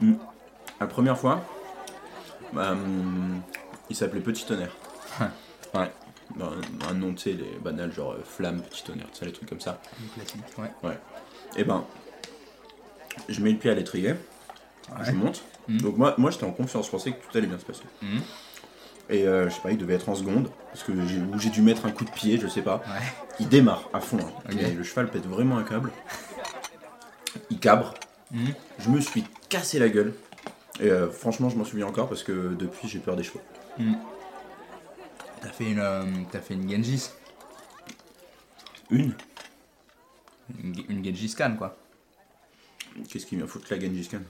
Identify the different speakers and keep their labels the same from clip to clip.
Speaker 1: Mm. La première fois, bah, hum, il s'appelait Petit Tonnerre. ouais. Ben, un nom, tu sais, les banals, genre euh, Flamme, Petit Tonnerre, tu sais, les trucs comme ça.
Speaker 2: Le classique, ouais.
Speaker 1: Et ben, je mets le pied à l'étrier, je
Speaker 2: Ouais.
Speaker 1: monte.
Speaker 2: Mm.
Speaker 1: Donc moi, moi j'étais en confiance, je pensais que tout allait bien se passer.
Speaker 2: Mm.
Speaker 1: Et euh, je sais pas, il devait être en seconde, parce que j'ai- ou j'ai dû mettre un coup de pied, je sais pas.
Speaker 2: Ouais.
Speaker 1: Il démarre à fond, hein.
Speaker 2: Ok.
Speaker 1: Mais le cheval pète vraiment un câble. Il cabre.
Speaker 2: Mhm.
Speaker 1: Je me suis cassé la gueule. Et euh, franchement, je m'en souviens encore parce que depuis, j'ai peur des chevaux.
Speaker 2: T'as fait une, euh, t'as fait une Genghis,
Speaker 1: Une
Speaker 2: une, Ge- une Genghis Khan quoi.
Speaker 1: Qu'est-ce qui vient foutre la Genghis Khan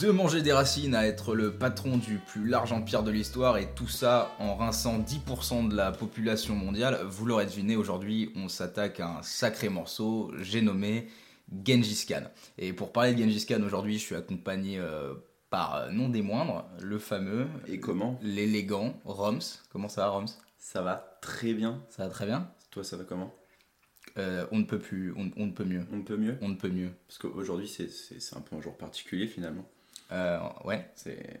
Speaker 2: De manger des racines à être le patron du plus large empire de l'histoire et tout ça en rinçant 10% de la population mondiale, vous l'aurez deviné, aujourd'hui on s'attaque à un sacré morceau, j'ai nommé Genghis Khan. Et pour parler de Genghis Khan aujourd'hui, je suis accompagné euh, par, euh, non des moindres, le fameux,
Speaker 1: Et comment
Speaker 2: l'élégant Roms. Comment ça va Roms
Speaker 1: Ça va très bien.
Speaker 2: Ça va très bien
Speaker 1: Toi, ça va comment
Speaker 2: Euh, On ne peut plus, on- on ne peut mieux.
Speaker 1: On ne peut mieux
Speaker 2: On ne peut mieux.
Speaker 1: Parce qu'aujourd'hui, c'est- c'est c'est un peu un jour particulier finalement.
Speaker 2: Euh, ouais,
Speaker 1: C'est.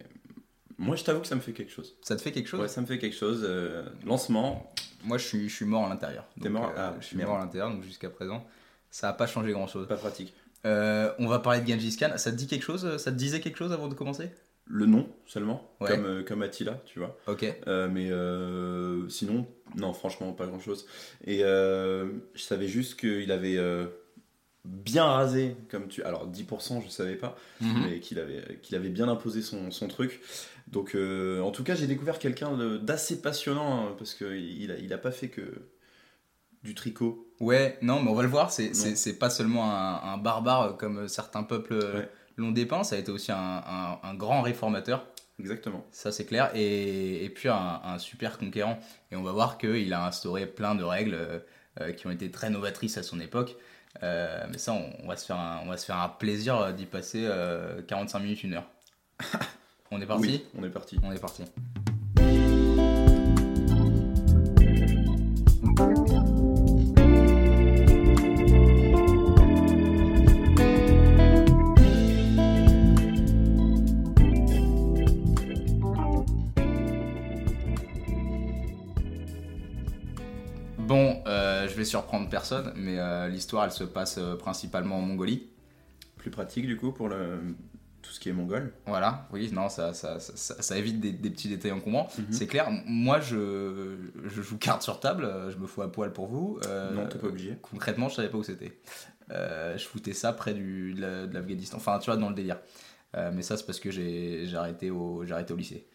Speaker 1: Moi, je t'avoue que ça me fait quelque chose.
Speaker 2: ça te fait quelque chose
Speaker 1: Ouais, ça me fait quelque chose. euh, lancement.
Speaker 2: Moi, je suis, je suis mort à l'intérieur.
Speaker 1: T'es
Speaker 2: Donc,
Speaker 1: mort
Speaker 2: euh,
Speaker 1: Ah,
Speaker 2: Je suis
Speaker 1: merde.
Speaker 2: mort à l'intérieur, donc jusqu'à présent, ça n'a pas changé grand-chose.
Speaker 1: Pas pratique.
Speaker 2: Euh, on va parler de Genghis Khan. Ça te dit quelque chose Ça te disait quelque chose avant de commencer
Speaker 1: Le nom seulement,
Speaker 2: Ouais.
Speaker 1: comme, euh, comme Attila, tu vois.
Speaker 2: Ok.
Speaker 1: Euh, mais euh, sinon, non, franchement, pas grand chose. Et euh, je savais juste qu'il avait euh, bien rasé, comme tu. Alors, 10%, je savais pas,
Speaker 2: Mhm.
Speaker 1: mais qu'il avait, qu'il avait bien imposé son, son truc. Donc, euh, en tout cas, j'ai découvert quelqu'un de- d'assez passionnant, hein, parce qu'il a, il a pas fait que du tricot.
Speaker 2: Ouais, non, mais on va le voir. C'est-
Speaker 1: Non.
Speaker 2: C'est c'est pas seulement un, un barbare euh, comme euh, certains peuples euh,
Speaker 1: Ouais.
Speaker 2: l'ont dépeint, ça a été aussi un, un- un grand réformateur,
Speaker 1: Exactement.
Speaker 2: ça c'est clair, et, et puis un, un super conquérant. Et on va voir qu'il a instauré plein de règles euh, euh, qui ont été très novatrices à son époque. Euh, mais ça, on, on va se faire un, on va se faire un plaisir euh, d'y passer euh, 45 minutes, une heure. on est parti
Speaker 1: Oui, on est parti.
Speaker 2: On est parti. Bon, euh, je vais surprendre personne, mais euh, l'histoire elle se passe euh, principalement en Mongolie.
Speaker 1: Plus pratique, du coup, pour le, tout ce qui est mongol.
Speaker 2: Voilà, oui, non, ça, ça, ça, ça- ça évite des, des petits détails encombrants.
Speaker 1: Mhm.
Speaker 2: C'est clair, m- moi je, je joue carte sur table, euh, je me fous à poil pour vous. euh,
Speaker 1: non, t'es pas obligé.
Speaker 2: Concrètement, je savais pas où c'était. Euh, je foutais ça près du, de la- de l'Afghanistan, enfin tu vois, dans le délire. Euh, mais ça, c'est parce que j'ai j'ai arrêté, au- j'ai arrêté au lycée.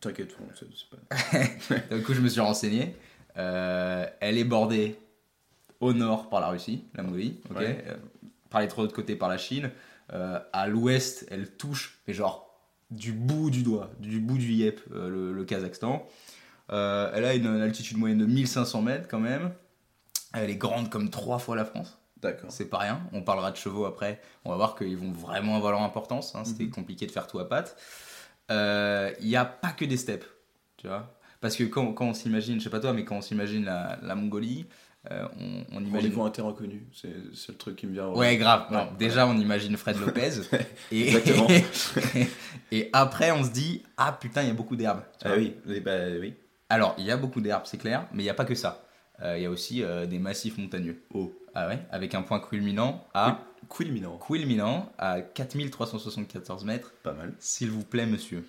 Speaker 1: T'inquiète, on- c'est c'est pas.
Speaker 2: Du coup, je me suis renseigné. Euh, elle est bordée au nord par la Russie, la Mongolie, ok
Speaker 1: Ouais.
Speaker 2: Euh, par les trois autres côtés par la Chine. Euh, à l'ouest, elle touche, mais genre du bout du doigt, du bout du yep, euh, le, le Kazakhstan. Euh, elle a une, une altitude moyenne de 1500 mètres quand même. Elle est grande comme trois fois la France.
Speaker 1: D'accord.
Speaker 2: C'est pas rien. On parlera de chevaux après. On va voir qu'ils vont vraiment avoir leur importance. hein. C'était
Speaker 1: Mhm.
Speaker 2: compliqué de faire tout à patte. Euh, Il n'y a pas que des steppes, tu vois. Parce que quand, quand on s'imagine, je sais pas toi, mais quand on s'imagine la, la Mongolie, euh, on, on imagine.
Speaker 1: Rendez-vous à terrain inconnu, c'est c'est le truc qui me vient. en-
Speaker 2: Ouais, grave.
Speaker 1: Ouais,
Speaker 2: Non, déjà, on imagine Fred Lopez. et,
Speaker 1: Exactement.
Speaker 2: et après, on se dit ah putain, il y a beaucoup d'herbes. tu
Speaker 1: Ah
Speaker 2: vois.
Speaker 1: oui, eh ben, oui.
Speaker 2: Alors, il y a beaucoup d'herbes, c'est clair, mais il n'y a pas que ça. Euh, Il y a aussi euh, des massifs montagneux.
Speaker 1: Oh.
Speaker 2: Ah ouais, avec un point culminant à.
Speaker 1: Quilminant.
Speaker 2: Quill Milan à 4374 mètres,
Speaker 1: Pas mal.
Speaker 2: s'il vous plaît, monsieur.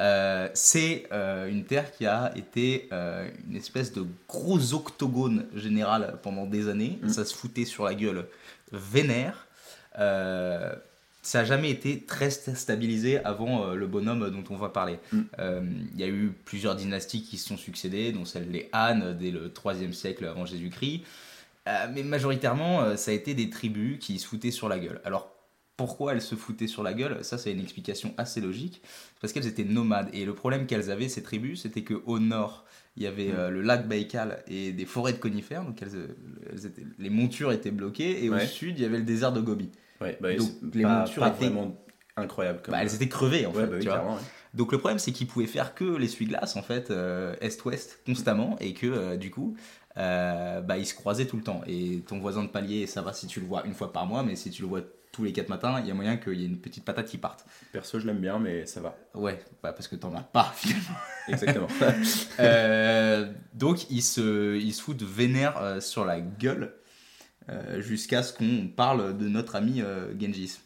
Speaker 2: Euh, c'est euh, une terre qui a été euh, une espèce de gros octogone général pendant des années.
Speaker 1: Mm.
Speaker 2: Ça se foutait sur la gueule vénère. Euh, ça n'a jamais été très sta- stabilisé avant euh, le bonhomme dont on va parler.
Speaker 1: Mm.
Speaker 2: Euh, Il y a eu plusieurs dynasties qui se sont succédées, dont celle des Han dès le 3e siècle avant Jésus-Christ. Euh, mais majoritairement, euh, ça a été des tribus qui se foutaient sur la gueule. Alors, pourquoi elles se foutaient sur la gueule Ça, c'est une explication assez logique. C'est parce qu'elles étaient nomades. Et le problème qu'elles avaient, ces tribus, c'était qu'au nord, il y avait
Speaker 1: Mm.
Speaker 2: euh, le lac Baïkal et des forêts de conifères. Donc, elles, euh, elles étaient- les montures étaient bloquées. Et au
Speaker 1: Ouais.
Speaker 2: sud, il y avait le désert de Gobi.
Speaker 1: Ouais, bah,
Speaker 2: Donc,
Speaker 1: c'est
Speaker 2: les
Speaker 1: pas,
Speaker 2: montures
Speaker 1: pas
Speaker 2: étaient-
Speaker 1: vraiment incroyable comme
Speaker 2: Bah, elles étaient crevées en
Speaker 1: Ouais,
Speaker 2: fait.
Speaker 1: bah oui,
Speaker 2: tu vois.
Speaker 1: clairement, ouais.
Speaker 2: Donc le problème c'est qu'ils pouvaient faire que l'essuie-glace en fait euh, est-ouest constamment et que euh, du coup euh, bah, ils se croisaient tout le temps. Et ton voisin de palier, ça va si tu le vois une fois par mois, mais si tu le vois tous les quatre matins, il y a moyen qu'il y ait une petite patate qui parte.
Speaker 1: Perso, je l'aime bien, mais ça va.
Speaker 2: Ouais, bah, parce que t'en as pas finalement.
Speaker 1: Exactement.
Speaker 2: Euh, donc ils se, ils se foutent vénère euh, sur la gueule euh, jusqu'à ce qu'on parle de notre ami euh, Genghis.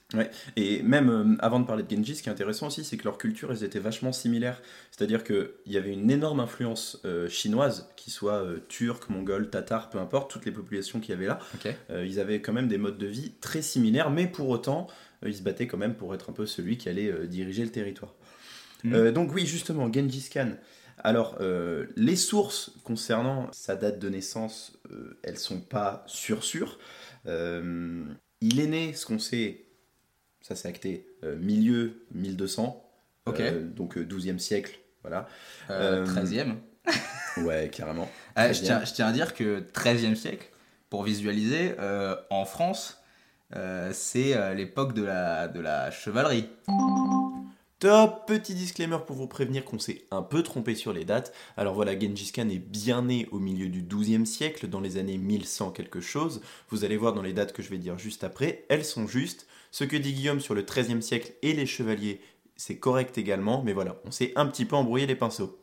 Speaker 1: Et même euh, avant de parler de Genji, ce qui est intéressant aussi, c'est que leur culture, elles étaient vachement similaires. C'est-à-dire qu'il y avait une énorme influence euh, chinoise, qui soit euh, turque, mongole, tatar, peu importe, toutes les populations qu'il y avait là.
Speaker 2: Ok.
Speaker 1: Euh, ils avaient quand même des modes de vie très similaires, mais pour autant, euh, ils se battaient quand même pour être un peu celui qui allait euh, diriger le territoire.
Speaker 2: Mhm.
Speaker 1: Euh, donc oui, justement, Genghis Khan. Alors, euh, les sources concernant sa date de naissance, euh, elles sont pas sûres sûres. Euh, il est né, ce qu'on sait, ça c'est acté, euh, milieu 1200,
Speaker 2: Ok.
Speaker 1: euh, donc euh, 12e siècle, voilà. Euh,
Speaker 2: Euh, 13e.
Speaker 1: Ouais, carrément.
Speaker 2: Ah, je,
Speaker 1: Treizième.
Speaker 2: tiens, je tiens à dire que 13e siècle, pour visualiser, euh, en France, euh, c'est euh, l'époque de la, de la chevalerie.
Speaker 1: Top Petit disclaimer pour vous prévenir qu'on s'est un peu trompé sur les dates. Alors voilà, Genghis Khan est bien né au milieu du 12e siècle, dans les années 1100 quelque chose. Vous allez voir dans les dates que je vais dire juste après, elles sont justes. Ce que dit Guillaume sur le 13e siècle et les chevaliers, c'est correct également, mais voilà, on s'est un petit peu embrouillé les pinceaux.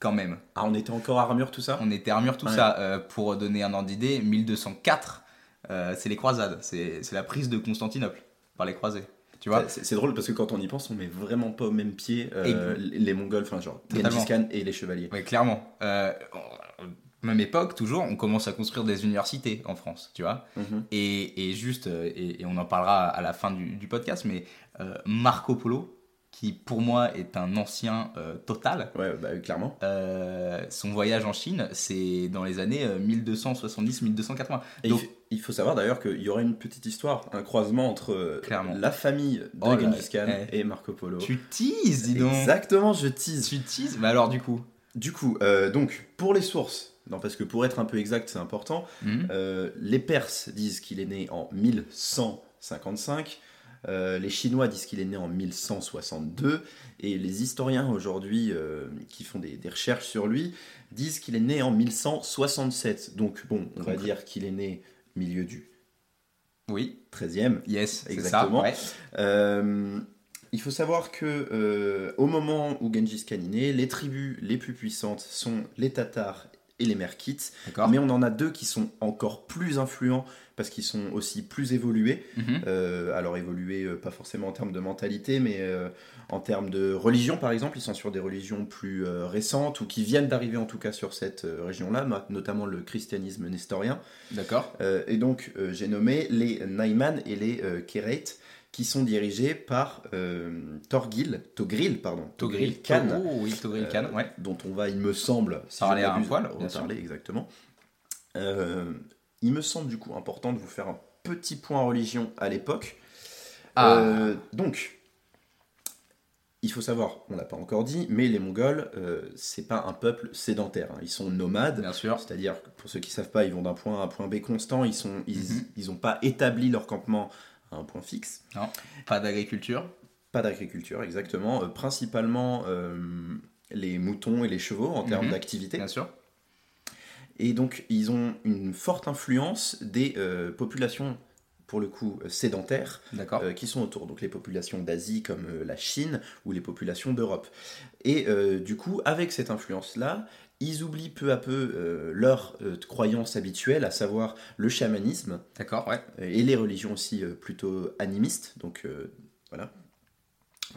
Speaker 2: Quand même.
Speaker 1: Ah, on était encore armure tout ça
Speaker 2: On était armure tout
Speaker 1: Ouais.
Speaker 2: ça. Euh, pour donner un ordre d'idée, 1204, euh, c'est les croisades. C'est c'est la prise de Constantinople par les croisés. Tu vois
Speaker 1: C'est c'est drôle parce que quand on y pense, on met vraiment pas au même pied euh, les Mongols, enfin genre
Speaker 2: Totalement.
Speaker 1: Genghis Khan et les chevaliers.
Speaker 2: Ouais, clairement. Euh, on- même époque, toujours, on commence à construire des universités en France, tu vois.
Speaker 1: Mhm.
Speaker 2: Et, et juste, euh, et, et on en parlera à la fin du, du podcast, mais euh, Marco Polo, qui pour moi est un ancien euh, total,
Speaker 1: Ouais, bah clairement.
Speaker 2: euh, son voyage en Chine, c'est dans les années euh, 1270-1280.
Speaker 1: Et
Speaker 2: Donc-
Speaker 1: il f- il faut savoir d'ailleurs qu'il y aurait une petite histoire, un croisement entre euh,
Speaker 2: Clairement.
Speaker 1: la famille de
Speaker 2: Oh là,
Speaker 1: Genghis Khan
Speaker 2: eh.
Speaker 1: et Marco Polo.
Speaker 2: Tu teases, dis donc
Speaker 1: Exactement, je tease.
Speaker 2: Tu teases Mais alors, du coup
Speaker 1: Du coup, euh, donc, pour les sources, non, parce que pour être un peu exact, c'est important,
Speaker 2: Mhm.
Speaker 1: euh, les Perses disent qu'il est né en 1155, euh, les Chinois disent qu'il est né en 1162, et les historiens aujourd'hui euh, qui font des, des recherches sur lui disent qu'il est né en 1167. Donc, bon, on va
Speaker 2: Donc-
Speaker 1: dire qu'il est né milieu du
Speaker 2: Oui,
Speaker 1: 13e.
Speaker 2: yes, c'est ça.
Speaker 1: Euh. Exactement.
Speaker 2: ouais.
Speaker 1: Euh, il faut savoir que euh, au moment où Genghis Khan est né, les tribus les plus puissantes sont les Tatars et les Merkites,
Speaker 2: D'accord.
Speaker 1: mais on en a deux qui sont encore plus influents parce qu'ils sont aussi plus évolués.
Speaker 2: Mhm.
Speaker 1: Euh, alors évolués euh, pas forcément en termes de mentalité, mais euh, en termes de religion par exemple, ils sont sur des religions plus euh, récentes ou qui viennent d'arriver en tout cas sur cette euh, région-là, ma- notamment le christianisme nestorien.
Speaker 2: D'accord.
Speaker 1: Euh, et donc, euh, j'ai nommé les Naiman et les euh, Kereit, qui sont dirigés par euh, Torgil, Togril, pardon,
Speaker 2: Togril
Speaker 1: Khan,
Speaker 2: Khan. Oh, oui, Togril Khan,
Speaker 1: euh,
Speaker 2: ouais.
Speaker 1: dont on va, il me semble, si
Speaker 2: Parler
Speaker 1: je
Speaker 2: à un
Speaker 1: m'abuse,
Speaker 2: poil,
Speaker 1: on va
Speaker 2: bien sûr.
Speaker 1: parler, exactement. Euh, il me semble du coup important de vous faire un petit point religion à l'époque.
Speaker 2: Ah,
Speaker 1: Euh, donc, il faut savoir, on l'a pas encore dit, mais les Mongols, euh, c'est pas un peuple sédentaire. hein. Ils sont nomades.
Speaker 2: bien sûr.
Speaker 1: C'est-à-dire, que pour ceux qui savent pas, ils vont d'un point A à un point B constant, ils n'ont ils,
Speaker 2: Mhm.
Speaker 1: ils ont pas établi leur campement à un point fixe.
Speaker 2: Pas d'agriculture.
Speaker 1: Pas d'agriculture, exactement. Euh, principalement euh, les moutons et les chevaux en termes
Speaker 2: Mhm.
Speaker 1: d'activité.
Speaker 2: Bien sûr.
Speaker 1: Et donc, ils ont une forte influence des euh, populations, pour le coup, euh, sédentaires
Speaker 2: D'accord.
Speaker 1: euh, qui sont autour, donc les populations d'Asie comme euh, la Chine ou les populations d'Europe. Et euh, du coup, avec cette influence-là, ils oublient peu à peu euh, leur euh, croyance habituelle, à savoir le chamanisme
Speaker 2: D'accord, ouais.
Speaker 1: euh, et les religions aussi euh, plutôt animistes, donc euh, voilà,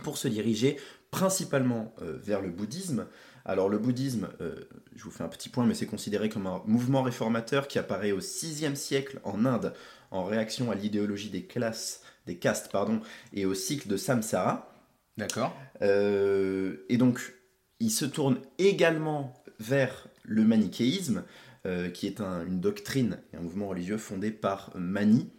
Speaker 1: pour se diriger principalement euh, vers le bouddhisme. Alors le bouddhisme, euh, je vous fais un petit point, mais c'est considéré comme un mouvement réformateur qui apparaît au VIe siècle en Inde en réaction à l'idéologie des classes, des castes, pardon, et au cycle de samsara.
Speaker 2: D'accord.
Speaker 1: Euh, et donc, il se tourne également vers le manichéisme, euh, qui est un- une doctrine et un mouvement religieux fondé par Mani,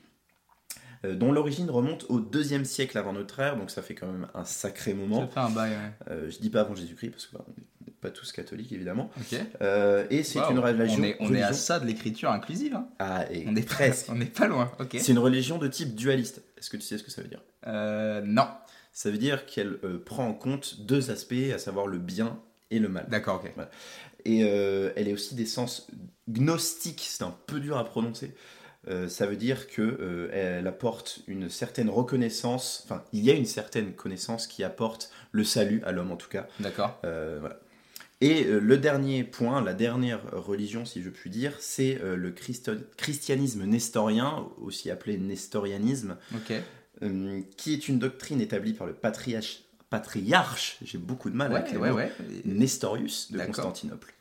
Speaker 1: euh, dont l'origine remonte au deuxième siècle avant notre ère, donc ça fait quand même un sacré
Speaker 2: Ça
Speaker 1: moment.
Speaker 2: fait un bail, ouais.
Speaker 1: Euh, je dis pas avant Jésus-Christ parce que bah, on est- pas tous catholiques évidemment.
Speaker 2: Ok.
Speaker 1: Euh, et c'est
Speaker 2: Waouh.
Speaker 1: une religion.
Speaker 2: On est, on est à
Speaker 1: religion-
Speaker 2: ça de l'écriture inclusive. hein.
Speaker 1: Ah, et
Speaker 2: On est pas-
Speaker 1: presque.
Speaker 2: On n'est pas loin. Ok.
Speaker 1: C'est une religion de type dualiste. Est-ce que tu sais ce que ça veut dire
Speaker 2: Euh, non.
Speaker 1: Ça veut dire qu'elle euh, prend en compte deux aspects, à savoir le bien et le mal.
Speaker 2: D'accord. Ok.
Speaker 1: Et euh, elle est aussi d'essence gnostique, c'est un peu dur à prononcer. Euh, ça veut dire que euh, elle apporte une certaine reconnaissance, enfin il y a une certaine connaissance qui apporte le salut à l'homme en tout cas.
Speaker 2: D'accord.
Speaker 1: Euh, voilà. Et euh, le dernier point, la dernière religion si je puis dire, c'est euh, le christo- christianisme nestorien, aussi appelé nestorianisme,
Speaker 2: Ok.
Speaker 1: euh, qui est une doctrine établie par le patriarche, patriarche j'ai beaucoup de mal avec
Speaker 2: Ouais,
Speaker 1: les
Speaker 2: ouais,
Speaker 1: mots,
Speaker 2: ouais.
Speaker 1: Nestorius de
Speaker 2: D'accord.
Speaker 1: Constantinople,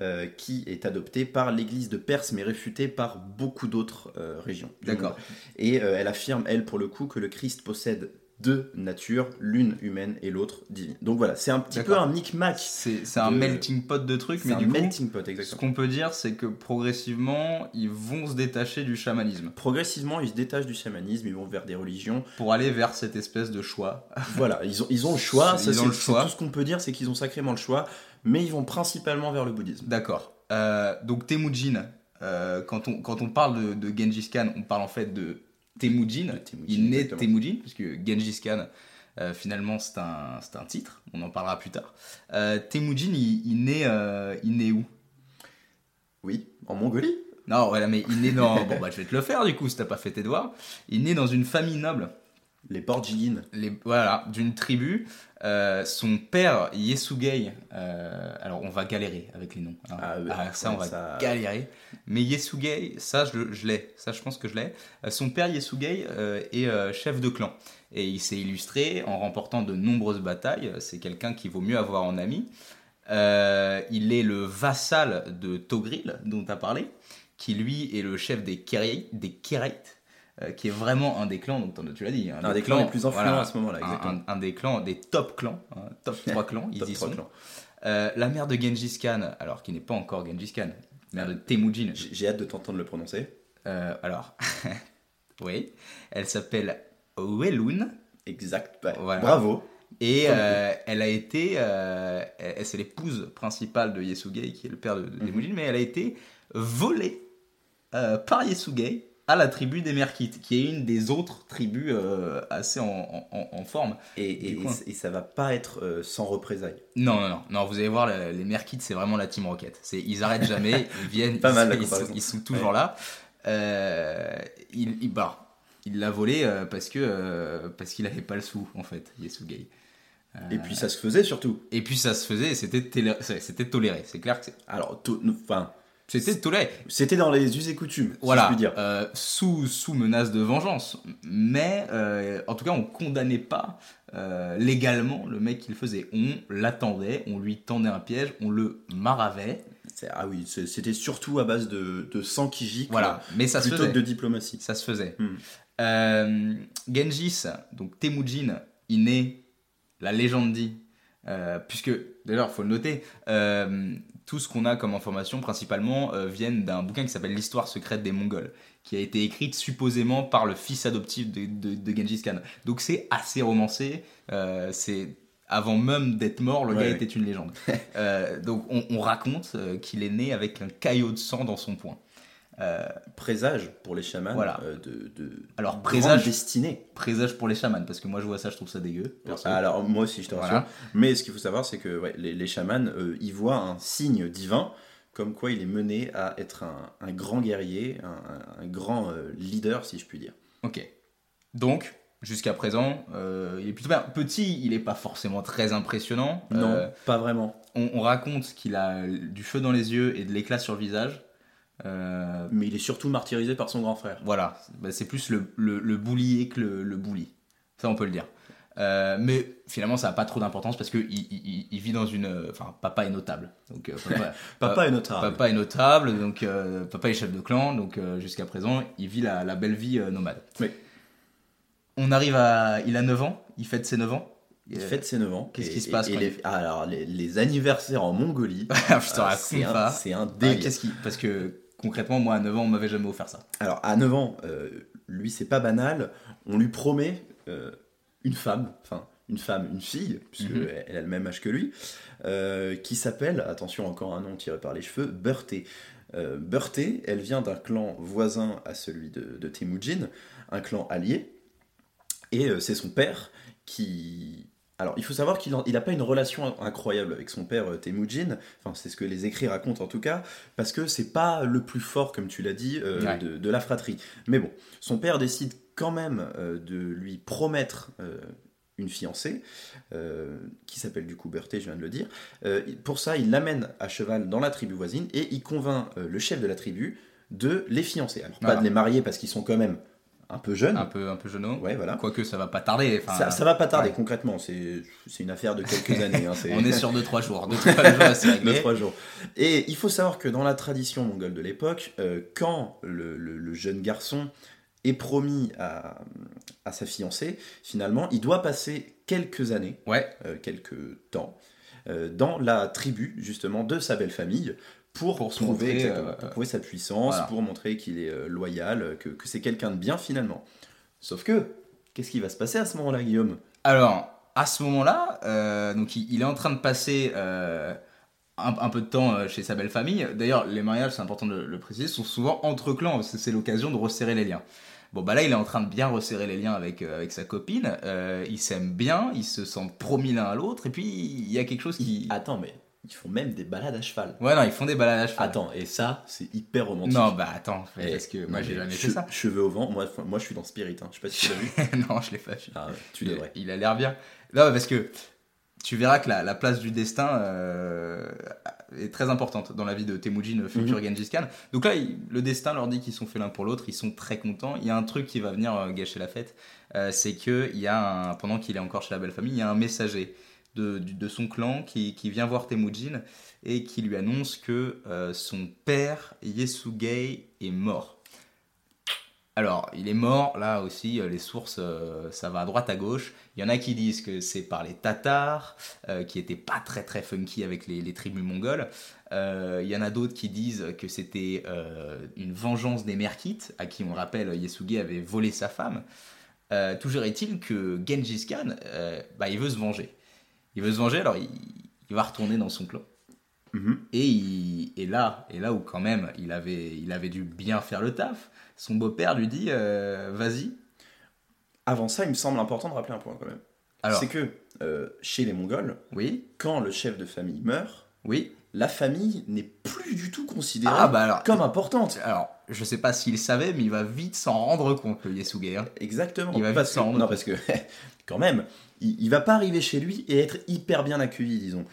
Speaker 1: euh, qui est adoptée par l'Église de Perse, mais réfutée par beaucoup d'autres euh, régions. du
Speaker 2: D'accord.
Speaker 1: monde. Et euh, elle affirme, elle, pour le coup, que le Christ possède deux natures, l'une humaine et l'autre divine. Donc voilà, c'est un petit peu
Speaker 2: D'accord.
Speaker 1: un micmac.
Speaker 2: C'est c'est un
Speaker 1: de-
Speaker 2: melting pot de trucs,
Speaker 1: C'est
Speaker 2: mais
Speaker 1: un
Speaker 2: du coup,
Speaker 1: melting pot,
Speaker 2: ce
Speaker 1: exactement.
Speaker 2: qu'on peut dire, c'est que progressivement, ils vont se détacher du chamanisme
Speaker 1: Progressivement, ils se détachent du chamanisme, ils vont vers des religions.
Speaker 2: pour aller vers cette espèce de choix.
Speaker 1: voilà, ils ont, ils ont le choix. ça,
Speaker 2: Ils ont
Speaker 1: c'est-
Speaker 2: le
Speaker 1: c'est
Speaker 2: choix.
Speaker 1: Tout ce qu'on peut dire, c'est qu'ils ont sacrément le choix, mais ils vont principalement vers le bouddhisme.
Speaker 2: D'accord. Euh, donc Temujin, euh, quand, on, quand on parle de, de Genghis Khan, on parle en fait de Temujin. Il naît
Speaker 1: Exactement.
Speaker 2: Temujin, parce que Genghis Khan, euh, finalement, c'est un, c'est un titre, on en parlera plus tard. Euh, Temujin, il, il naît, euh, il naît où
Speaker 1: Oui, en Mongolie.
Speaker 2: Non, voilà, mais il naît dans. bon, bah, je vais te le faire du coup, si t'as pas fait tes devoirs. Il naît dans une famille noble.
Speaker 1: Les Borgigines.
Speaker 2: les, voilà, d'une tribu. Euh, son père, Yesugei, euh, alors on va galérer avec les noms. hein.
Speaker 1: Ah, ouais.
Speaker 2: Ah, ça, on
Speaker 1: Ouais,
Speaker 2: va
Speaker 1: ça-
Speaker 2: galérer. Mais Yesugei, ça, je, le- je l'ai. Ça, je pense que je l'ai. Euh, son père, Yesugei, euh, est euh, chef de clan. Et il s'est illustré en remportant de nombreuses batailles. C'est quelqu'un qu'il vaut mieux avoir en ami. Euh, il est le vassal de Togril, dont tu as parlé, qui lui est le chef des Keri- des Kérites, euh, qui est vraiment un des clans, donc t'en- tu l'as dit. hein,
Speaker 1: Un des clans les plus influents à ce moment-là,
Speaker 2: un-
Speaker 1: exactement.
Speaker 2: un, un des clans, des top clans, hein, top 3 clans, ils
Speaker 1: Top
Speaker 2: y
Speaker 1: trois
Speaker 2: sont.
Speaker 1: clans.
Speaker 2: Euh, la mère de Genghis Khan, alors qui n'est pas encore Genghis Khan, mère de Temujin.
Speaker 1: J'ai j'ai hâte de t'entendre le prononcer.
Speaker 2: euh, alors, oui, elle s'appelle Welun
Speaker 1: Exact. bah,
Speaker 2: Voilà.
Speaker 1: Bravo.
Speaker 2: et
Speaker 1: Comme
Speaker 2: euh, elle a été, euh, elle- elle- c'est l'épouse principale de Yesugei qui est le père de, de
Speaker 1: Mhm.
Speaker 2: Temujin, mais elle a été volée euh, par Yesugei à la tribu des Merkites, qui est une des autres tribus euh, assez en- en- en- en forme.
Speaker 1: Et, et-
Speaker 2: Du
Speaker 1: et-
Speaker 2: coin.
Speaker 1: et ça va pas être euh, sans représailles.
Speaker 2: Non, non, non, non, vous allez voir, le- les Merkits, c'est vraiment la Team Rocket. C'est, ils arrêtent jamais, ils viennent,
Speaker 1: Pas
Speaker 2: ils,
Speaker 1: mal, la
Speaker 2: ils, sont,
Speaker 1: comparaison.
Speaker 2: ils sont toujours là. Euh, il, il, bah, il l'a volé euh, parce, que, euh, parce qu'il avait pas le sou, en fait, Yesugei.
Speaker 1: Et
Speaker 2: Euh.
Speaker 1: puis ça se faisait surtout.
Speaker 2: Et puis ça se faisait et c'était, télé- c'est- c'était toléré. C'est clair que c'est-
Speaker 1: Alors, tout- nous- enfin,
Speaker 2: c'était toléré.
Speaker 1: c'était dans les us et coutumes, si
Speaker 2: Voilà,
Speaker 1: je puis dire.
Speaker 2: euh, sous, sous menace de vengeance. Mais euh, en tout cas, on condamnait pas euh, légalement le mec qui le faisait. On l'attendait, on lui tendait un piège, on le maravait.
Speaker 1: C'est- Ah oui, c'est- c'était surtout à base de, de sang qui gicle
Speaker 2: Voilà, mais ça se
Speaker 1: plutôt
Speaker 2: faisait.
Speaker 1: que de diplomatie.
Speaker 2: Ça se faisait.
Speaker 1: Hmm.
Speaker 2: Euh, Genghis, donc Temujin, il naît, la légende dit, euh, puisque d'ailleurs, il faut le noter, euh, tout ce qu'on a comme information principalement euh, viennent d'un bouquin qui s'appelle L'histoire secrète des Mongols, qui a été écrite supposément par le fils adoptif de, de, de Genghis Khan. Donc c'est assez romancé, euh, c'est. Avant même d'être mort, le
Speaker 1: Ouais,
Speaker 2: gars
Speaker 1: ouais.
Speaker 2: était une légende. Euh, donc on, on raconte euh, qu'il est né avec un caillot de sang dans son poing. Euh,
Speaker 1: Présage pour les chamans
Speaker 2: Voilà.
Speaker 1: euh, de, de
Speaker 2: alors
Speaker 1: grande
Speaker 2: présage
Speaker 1: destinée.
Speaker 2: présage pour les chamans parce que moi je vois ça je trouve ça dégueu perso. Ah,
Speaker 1: Alors moi aussi je te rassure.
Speaker 2: Voilà.
Speaker 1: Mais ce qu'il faut savoir c'est que ouais, les, les chamans euh, y voient un signe divin comme quoi il est mené à être un, un grand guerrier, un, un- un grand euh, leader si je puis dire.
Speaker 2: ok donc jusqu'à présent euh, il est plutôt bien petit il est pas forcément très impressionnant
Speaker 1: Non,
Speaker 2: Euh,
Speaker 1: pas vraiment.
Speaker 2: on, on raconte qu'il a euh, du feu dans les yeux et de l'éclat sur le visage Euh,
Speaker 1: Mais il est surtout martyrisé par son grand frère.
Speaker 2: voilà Bah, c'est plus le, le, le boulier que le, le bouli ça on peut le dire Euh, mais finalement ça n'a pas trop d'importance parce que il, il- il- il vit dans une euh, enfin papa est notable donc euh, papa-
Speaker 1: Papa est notable.
Speaker 2: Ah, Papa est notable, donc euh, papa est chef de clan, donc euh, jusqu'à présent, il vit la, la belle vie euh, nomade.
Speaker 1: Oui.
Speaker 2: On arrive à. Il a 9 ans, il fête ses 9 ans.
Speaker 1: Il
Speaker 2: Euh,
Speaker 1: fête ses 9 ans.
Speaker 2: Qu'est-ce
Speaker 1: Et-
Speaker 2: qui se
Speaker 1: et-
Speaker 2: passe
Speaker 1: et
Speaker 2: quand
Speaker 1: les- ah, Alors, les, les anniversaires en Mongolie,
Speaker 2: Ah, je te
Speaker 1: euh,
Speaker 2: raconte
Speaker 1: c'est un,
Speaker 2: pas.
Speaker 1: c'est un
Speaker 2: Ah,
Speaker 1: délire.
Speaker 2: qu'est-ce qui- Parce que concrètement, moi à 9 ans, on m'avait jamais offert ça.
Speaker 1: alors, à 9 ans, euh, lui, c'est pas banal. On lui promet euh, une femme, enfin, une femme, une fille, puisque
Speaker 2: Mhm.
Speaker 1: elle- elle a le même âge que lui, euh, qui s'appelle, attention encore un nom tiré par les cheveux, Berthé. Euh, Berthé, elle vient d'un clan voisin à celui de, de Temujin, un clan allié, et euh, c'est son père qui... Alors, il faut savoir qu'il n'a pas une relation incroyable avec son père euh, Temujin, enfin, c'est ce que les écrits racontent en tout cas, parce que c'est pas le plus fort, comme tu l'as dit, euh,
Speaker 2: Ouais.
Speaker 1: de, de la fratrie. Mais bon, son père décide quand même euh, de lui promettre euh, une fiancée, euh, qui s'appelle du coup Berthé, je viens de le dire. Euh, pour ça, il l'amène à cheval dans la tribu voisine et il convainc euh, le chef de la tribu de les fiancer. Alors,
Speaker 2: Voilà.
Speaker 1: pas de les marier parce qu'ils sont quand même un peu jeunes.
Speaker 2: Un peu, un peu genou.
Speaker 1: Ouais, voilà.
Speaker 2: Quoique ça va pas tarder. enfin,
Speaker 1: ça, ça va pas tarder
Speaker 2: Ah, ouais.
Speaker 1: concrètement, c'est c'est une affaire de quelques années. hein, c'est-
Speaker 2: On est sur 2-3 jours. 2-3 jours, c'est
Speaker 1: deux,
Speaker 2: réglé.
Speaker 1: trois jours. Et il faut savoir que dans la tradition mongole de l'époque, euh, quand le, le- le jeune garçon est promis à, à sa fiancée, finalement, il doit passer quelques années,
Speaker 2: Ouais.
Speaker 1: euh, quelques temps, euh, dans la tribu, justement, de sa belle famille. Pour,
Speaker 2: Pour se
Speaker 1: prouver,
Speaker 2: montrer,
Speaker 1: exactement,
Speaker 2: euh,
Speaker 1: pour prouver sa puissance,
Speaker 2: voilà.
Speaker 1: pour montrer qu'il est euh, loyal, que, que c'est quelqu'un de bien finalement. Sauf que, qu'est-ce qui va se passer à ce moment-là, Guillaume
Speaker 2: Alors, à ce moment-là, euh, donc il, il est en train de passer euh, un, un peu de temps euh, chez sa belle famille. D'ailleurs, les mariages, c'est important de le préciser, sont souvent entre clans. parce que C'est l'occasion de resserrer les liens. Bon, bah là, il est en train de bien resserrer les liens avec, euh, avec sa copine. Euh, ils s'aiment bien, ils se sentent promis l'un à l'autre. Et puis, il y a quelque chose qui.
Speaker 1: Attends, mais ils font même des balades à cheval.
Speaker 2: Ouais, non, ils font des balades à cheval.
Speaker 1: Attends, et ça, c'est hyper Ah, romantique.
Speaker 2: Ah. Non, bah attends,
Speaker 1: Eh,
Speaker 2: parce que moi
Speaker 1: non,
Speaker 2: j'ai
Speaker 1: mais
Speaker 2: jamais
Speaker 1: che-
Speaker 2: fait ça.
Speaker 1: Cheveux au vent, moi, enfin, moi je suis dans Spirit, hein. je sais pas si tu l'as vu.
Speaker 2: non, je l'ai pas fait.
Speaker 1: Ah, ouais, tu
Speaker 2: Il-
Speaker 1: devrais.
Speaker 2: Il a l'air bien. Non, parce que tu verras que la, la place du destin euh, est très importante dans la vie de Temujin, futur Genghis Khan. Donc là, il- le destin leur dit qu'ils sont faits l'un pour l'autre, ils sont très contents. Il y a un truc qui va venir euh, gâcher la fête, euh, c'est que il y a un- pendant qu'il est encore chez la belle famille, il y a un messager de, du- de son clan qui, qui vient voir Temujin et qui lui annonce que euh, son père, Yesugei, est mort. Alors, il est mort, là aussi, euh, les sources, euh, ça va à droite à gauche. Il y en a qui disent que c'est par les Tatars, euh, qui étaient pas très très funky avec les, les tribus mongoles. Euh, il y en a d'autres qui disent que c'était euh, une vengeance des Merkites, à qui on rappelle Yesuge avait volé sa femme. Euh, toujours est-il que Genghis Khan, euh, bah, il veut se venger. Il veut se venger, alors il, il va retourner dans son clan.
Speaker 1: Mhm.
Speaker 2: Et, il- et là, et là où quand même il avait, il avait dû bien faire le taf, son beau-père lui dit euh, vas-y.
Speaker 1: Avant ça, il me semble important de rappeler un point quand même.
Speaker 2: Alors,
Speaker 1: C'est que euh, chez les Mongols,
Speaker 2: oui,
Speaker 1: quand le chef de famille meurt,
Speaker 2: oui.
Speaker 1: la famille n'est plus du tout considérée
Speaker 2: Ah bah alors,
Speaker 1: comme importante.
Speaker 2: alors, je sais pas s'il savait, mais il va vite s'en rendre compte, le Yesuge. hein.
Speaker 1: Exactement.
Speaker 2: Il va
Speaker 1: parce
Speaker 2: vite
Speaker 1: que,
Speaker 2: s'en rendre
Speaker 1: non, parce
Speaker 2: compte.
Speaker 1: que quand même, il, il va pas arriver chez lui et être hyper bien accueilli, disons.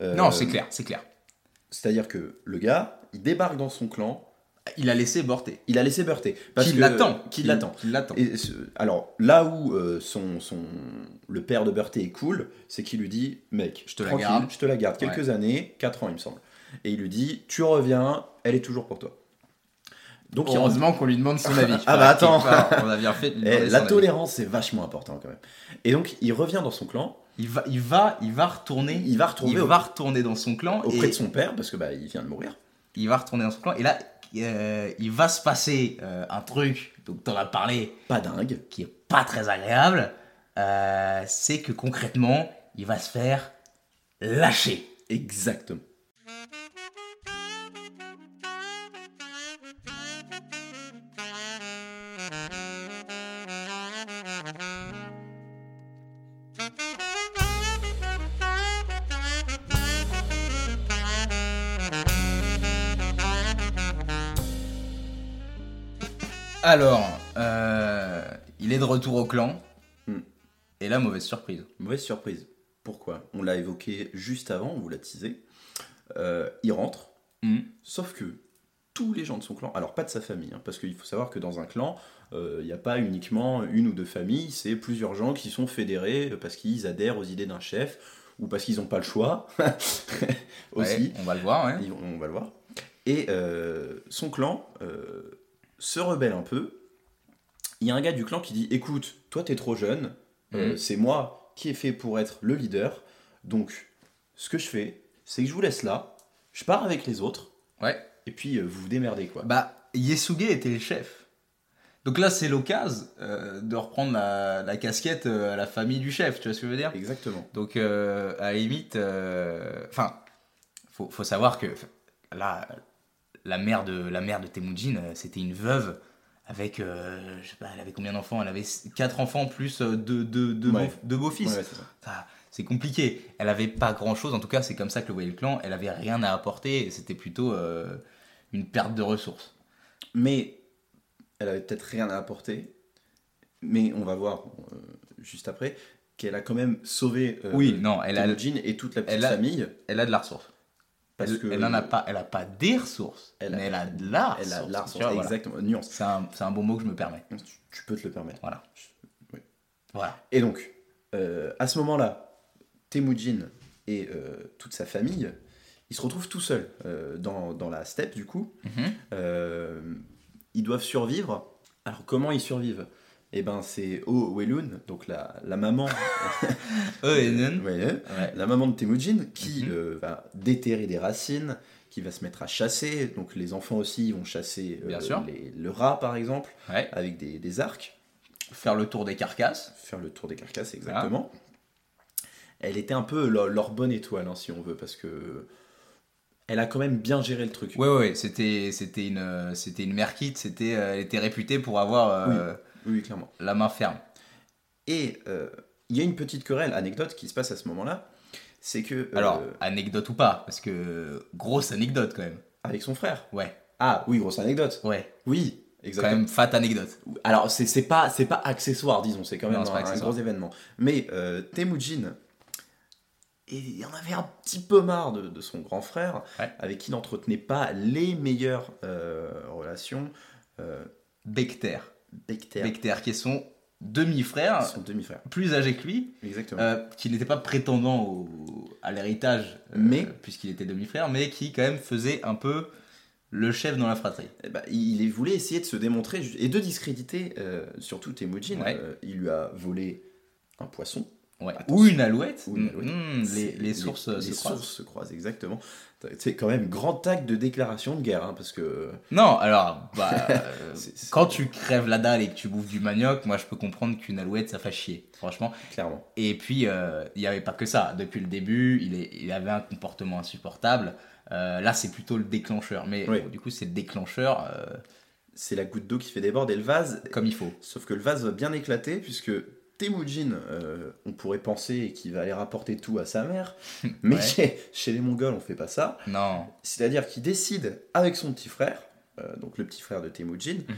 Speaker 1: Euh,
Speaker 2: Non, c'est clair, c'est clair.
Speaker 1: C'est-à-dire que le gars, il débarque dans son clan,
Speaker 2: Il a laissé Borté.
Speaker 1: il a laissé Berthé.
Speaker 2: Qui l'attend.
Speaker 1: Qui l'attend.
Speaker 2: Qui l'attend.
Speaker 1: Et ce- alors là où euh, son, son, le père de Berthe est cool, c'est qu'il lui dit Mec,
Speaker 2: Je te la
Speaker 1: tranquille,
Speaker 2: garde.
Speaker 1: Je te la garde quelques années, 4 ans il me semble. Et il lui dit Tu reviens, elle est toujours pour toi. Donc il rentre-
Speaker 2: Heureusement qu'on lui demande son avis.
Speaker 1: Ah bah attends.
Speaker 2: Quelque part, On a bien fait. de lui
Speaker 1: Eh,
Speaker 2: demander
Speaker 1: la
Speaker 2: son avis.
Speaker 1: tolérance c'est vachement important quand même. Et donc il revient dans son clan,
Speaker 2: Il va, il va, il va retourner.
Speaker 1: il va
Speaker 2: Il
Speaker 1: retrouver au-
Speaker 2: va retourner dans son clan
Speaker 1: auprès
Speaker 2: et
Speaker 1: de son père parce que bah il vient de mourir.
Speaker 2: il va retourner dans son clan et là euh, il va se passer euh, un truc dont on a parlé
Speaker 1: Pas dingue.
Speaker 2: qui est pas très agréable, euh, c'est que concrètement il va se faire lâcher.
Speaker 1: Exactement.
Speaker 2: Alors euh, il est de retour au clan
Speaker 1: Hmm.
Speaker 2: et là mauvaise surprise.
Speaker 1: Mauvaise surprise. Pourquoi On l'a évoqué juste avant, on vous l'a teasé. Euh, il rentre,
Speaker 2: Mhm.
Speaker 1: sauf que tous les gens de son clan, alors pas de sa famille, hein, parce qu'il faut savoir que dans un clan, euh, il n'y a pas uniquement une ou deux familles, c'est plusieurs gens qui sont fédérés parce qu'ils adhèrent aux idées d'un chef ou parce qu'ils n'ont pas le choix aussi.
Speaker 2: Ouais, on va le voir. ouais.
Speaker 1: Ils vont- On va le voir. Et euh, son clan euh, se rebelle un peu. Il y a un gars du clan qui dit Écoute, toi t'es trop jeune, euh,
Speaker 2: Mhm.
Speaker 1: c'est moi qui est fait pour être le leader. Donc, ce que je fais, c'est que je vous laisse là, je pars avec les autres,
Speaker 2: Ouais.
Speaker 1: et puis euh, vous vous démerdez quoi.
Speaker 2: Bah Yesuge était le chef. Donc là, c'est l'occasion euh, de reprendre la, la casquette euh, à la famille du chef, tu vois ce que je veux dire
Speaker 1: Exactement.
Speaker 2: Donc, euh, à la limite, euh, enfin, faut, faut savoir que là, la mère de, la mère de Temujin, euh, c'était une veuve avec, euh, je sais pas, elle avait combien d'enfants Elle avait s- quatre enfants plus euh, deux, deux, deux,
Speaker 1: Ouais.
Speaker 2: beaux, deux beaux-fils.
Speaker 1: Ouais, c'est ça.
Speaker 2: Ça, c'est compliqué. Elle avait pas grand-chose, en tout cas, c'est comme ça que le voyait le clan. Elle avait rien à apporter, et c'était plutôt euh, une perte de ressources.
Speaker 1: Mais elle avait peut-être rien à apporter. Mais on va voir euh, juste après qu'elle a quand même sauvé euh,
Speaker 2: oui, non, elle a,
Speaker 1: Temujin et toute la petite
Speaker 2: elle a-
Speaker 1: famille.
Speaker 2: elle a de la ressource.
Speaker 1: Parce
Speaker 2: elle,
Speaker 1: que
Speaker 2: elle en a pas, elle a pas des ressources,
Speaker 1: Elle a-
Speaker 2: mais elle a de la
Speaker 1: Elle a
Speaker 2: ressource,
Speaker 1: l'art,
Speaker 2: tu vois, Ah, voilà.
Speaker 1: exactement. Nuance.
Speaker 2: C'est un, c'est un bon mot que je me permets.
Speaker 1: Tu, tu peux te le permettre.
Speaker 2: Voilà.
Speaker 1: Oui.
Speaker 2: Voilà.
Speaker 1: Et donc, euh, à ce moment-là, Temujin et euh, toute sa famille, ils se retrouvent tout seuls euh, dans, dans la steppe, du coup.
Speaker 2: Mhm.
Speaker 1: Euh, ils doivent survivre. Alors, comment ils survivent Eh ben, c'est Oh Weilun, donc la, la maman...
Speaker 2: Eux Euh,
Speaker 1: Euh,
Speaker 2: et Nen.
Speaker 1: Ouais,
Speaker 2: Ouais.
Speaker 1: la maman de Temujin, qui
Speaker 2: Oh Mhm.
Speaker 1: euh, va déterrer des racines, qui va se mettre à chasser. Donc, les enfants aussi ils vont chasser euh,
Speaker 2: Bien sûr.
Speaker 1: les- le rat, par exemple,
Speaker 2: Ouais.
Speaker 1: avec des, des arcs.
Speaker 2: Faire le tour des carcasses.
Speaker 1: faire le tour des carcasses exactement. Elle était un peu leur, leur bonne étoile, hein, si on veut, parce que elle a quand même bien géré le truc.
Speaker 2: Ouais, ouais, ouais. C'était, c'était une, euh, c'était une merquite. C'était, euh, elle était réputée pour avoir euh,
Speaker 1: Oui, clairement.
Speaker 2: la main ferme.
Speaker 1: Et euh, il y a une petite querelle, anecdote qui se passe à ce moment-là, c'est que euh,
Speaker 2: Alors, anecdote ou pas, parce que euh, grosse anecdote quand même.
Speaker 1: avec son frère.
Speaker 2: Ouais,
Speaker 1: Ah oui, grosse anecdote.
Speaker 2: ouais.
Speaker 1: Oui,
Speaker 2: Quand
Speaker 1: exactement.
Speaker 2: même fat anecdote.
Speaker 1: Alors c'est c'est pas c'est pas accessoire, disons, c'est quand même
Speaker 2: Non, c'est pas
Speaker 1: un, un
Speaker 2: accessoire.
Speaker 1: gros événement. Mais euh, Temujin, et il en avait un petit peu marre de, de son grand frère,
Speaker 2: Ouais.
Speaker 1: avec qui il n'entretenait pas les meilleures euh, relations. Euh,
Speaker 2: Becter.
Speaker 1: Becter,
Speaker 2: Becter, qui est son demi-frère,
Speaker 1: son demi-frère,
Speaker 2: plus âgé que lui.
Speaker 1: exactement.
Speaker 2: Euh, qui n'était pas prétendant au- à l'héritage, euh,
Speaker 1: Mais-
Speaker 2: puisqu'il était demi-frère, mais qui quand même faisait un peu le chef dans la fratrie.
Speaker 1: Eh ben, il il voulait essayer de se démontrer ju- et de discréditer euh, surtout Temujin.
Speaker 2: Ouais.
Speaker 1: Euh, il lui a volé un poisson.
Speaker 2: Ouais.
Speaker 1: Attention.
Speaker 2: Ou une alouette.
Speaker 1: Ou une alouette.
Speaker 2: Mm, mm, les,
Speaker 1: C'est-
Speaker 2: les sources euh,
Speaker 1: les
Speaker 2: se
Speaker 1: sources
Speaker 2: croisent.
Speaker 1: se croisent, exactement. C'est quand même grand acte de déclaration de guerre, hein, parce que
Speaker 2: Non, alors, bah, euh,
Speaker 1: C'est- c'est-
Speaker 2: quand tu crèves la dalle et que tu bouffes du manioc, moi je peux comprendre qu'une alouette ça fait chier, franchement.
Speaker 1: clairement.
Speaker 2: Et puis, euh, il n'y avait pas que ça. Depuis le début, il, est- il avait un comportement insupportable. Euh, là, c'est plutôt le déclencheur. Mais
Speaker 1: Oui.
Speaker 2: du coup, c'est le déclencheur euh,
Speaker 1: c'est la goutte d'eau qui fait déborder le vase.
Speaker 2: comme il faut.
Speaker 1: Sauf que le vase va bien éclater, puisque Temujin, euh, on pourrait penser qu'il va aller rapporter tout à sa mère, mais
Speaker 2: Ouais.
Speaker 1: chez, chez les Mongols, on fait pas ça.
Speaker 2: Non.
Speaker 1: C'est-à-dire qu'il décide, avec son petit frère, euh, donc le petit frère de Temujin,
Speaker 2: Mhm.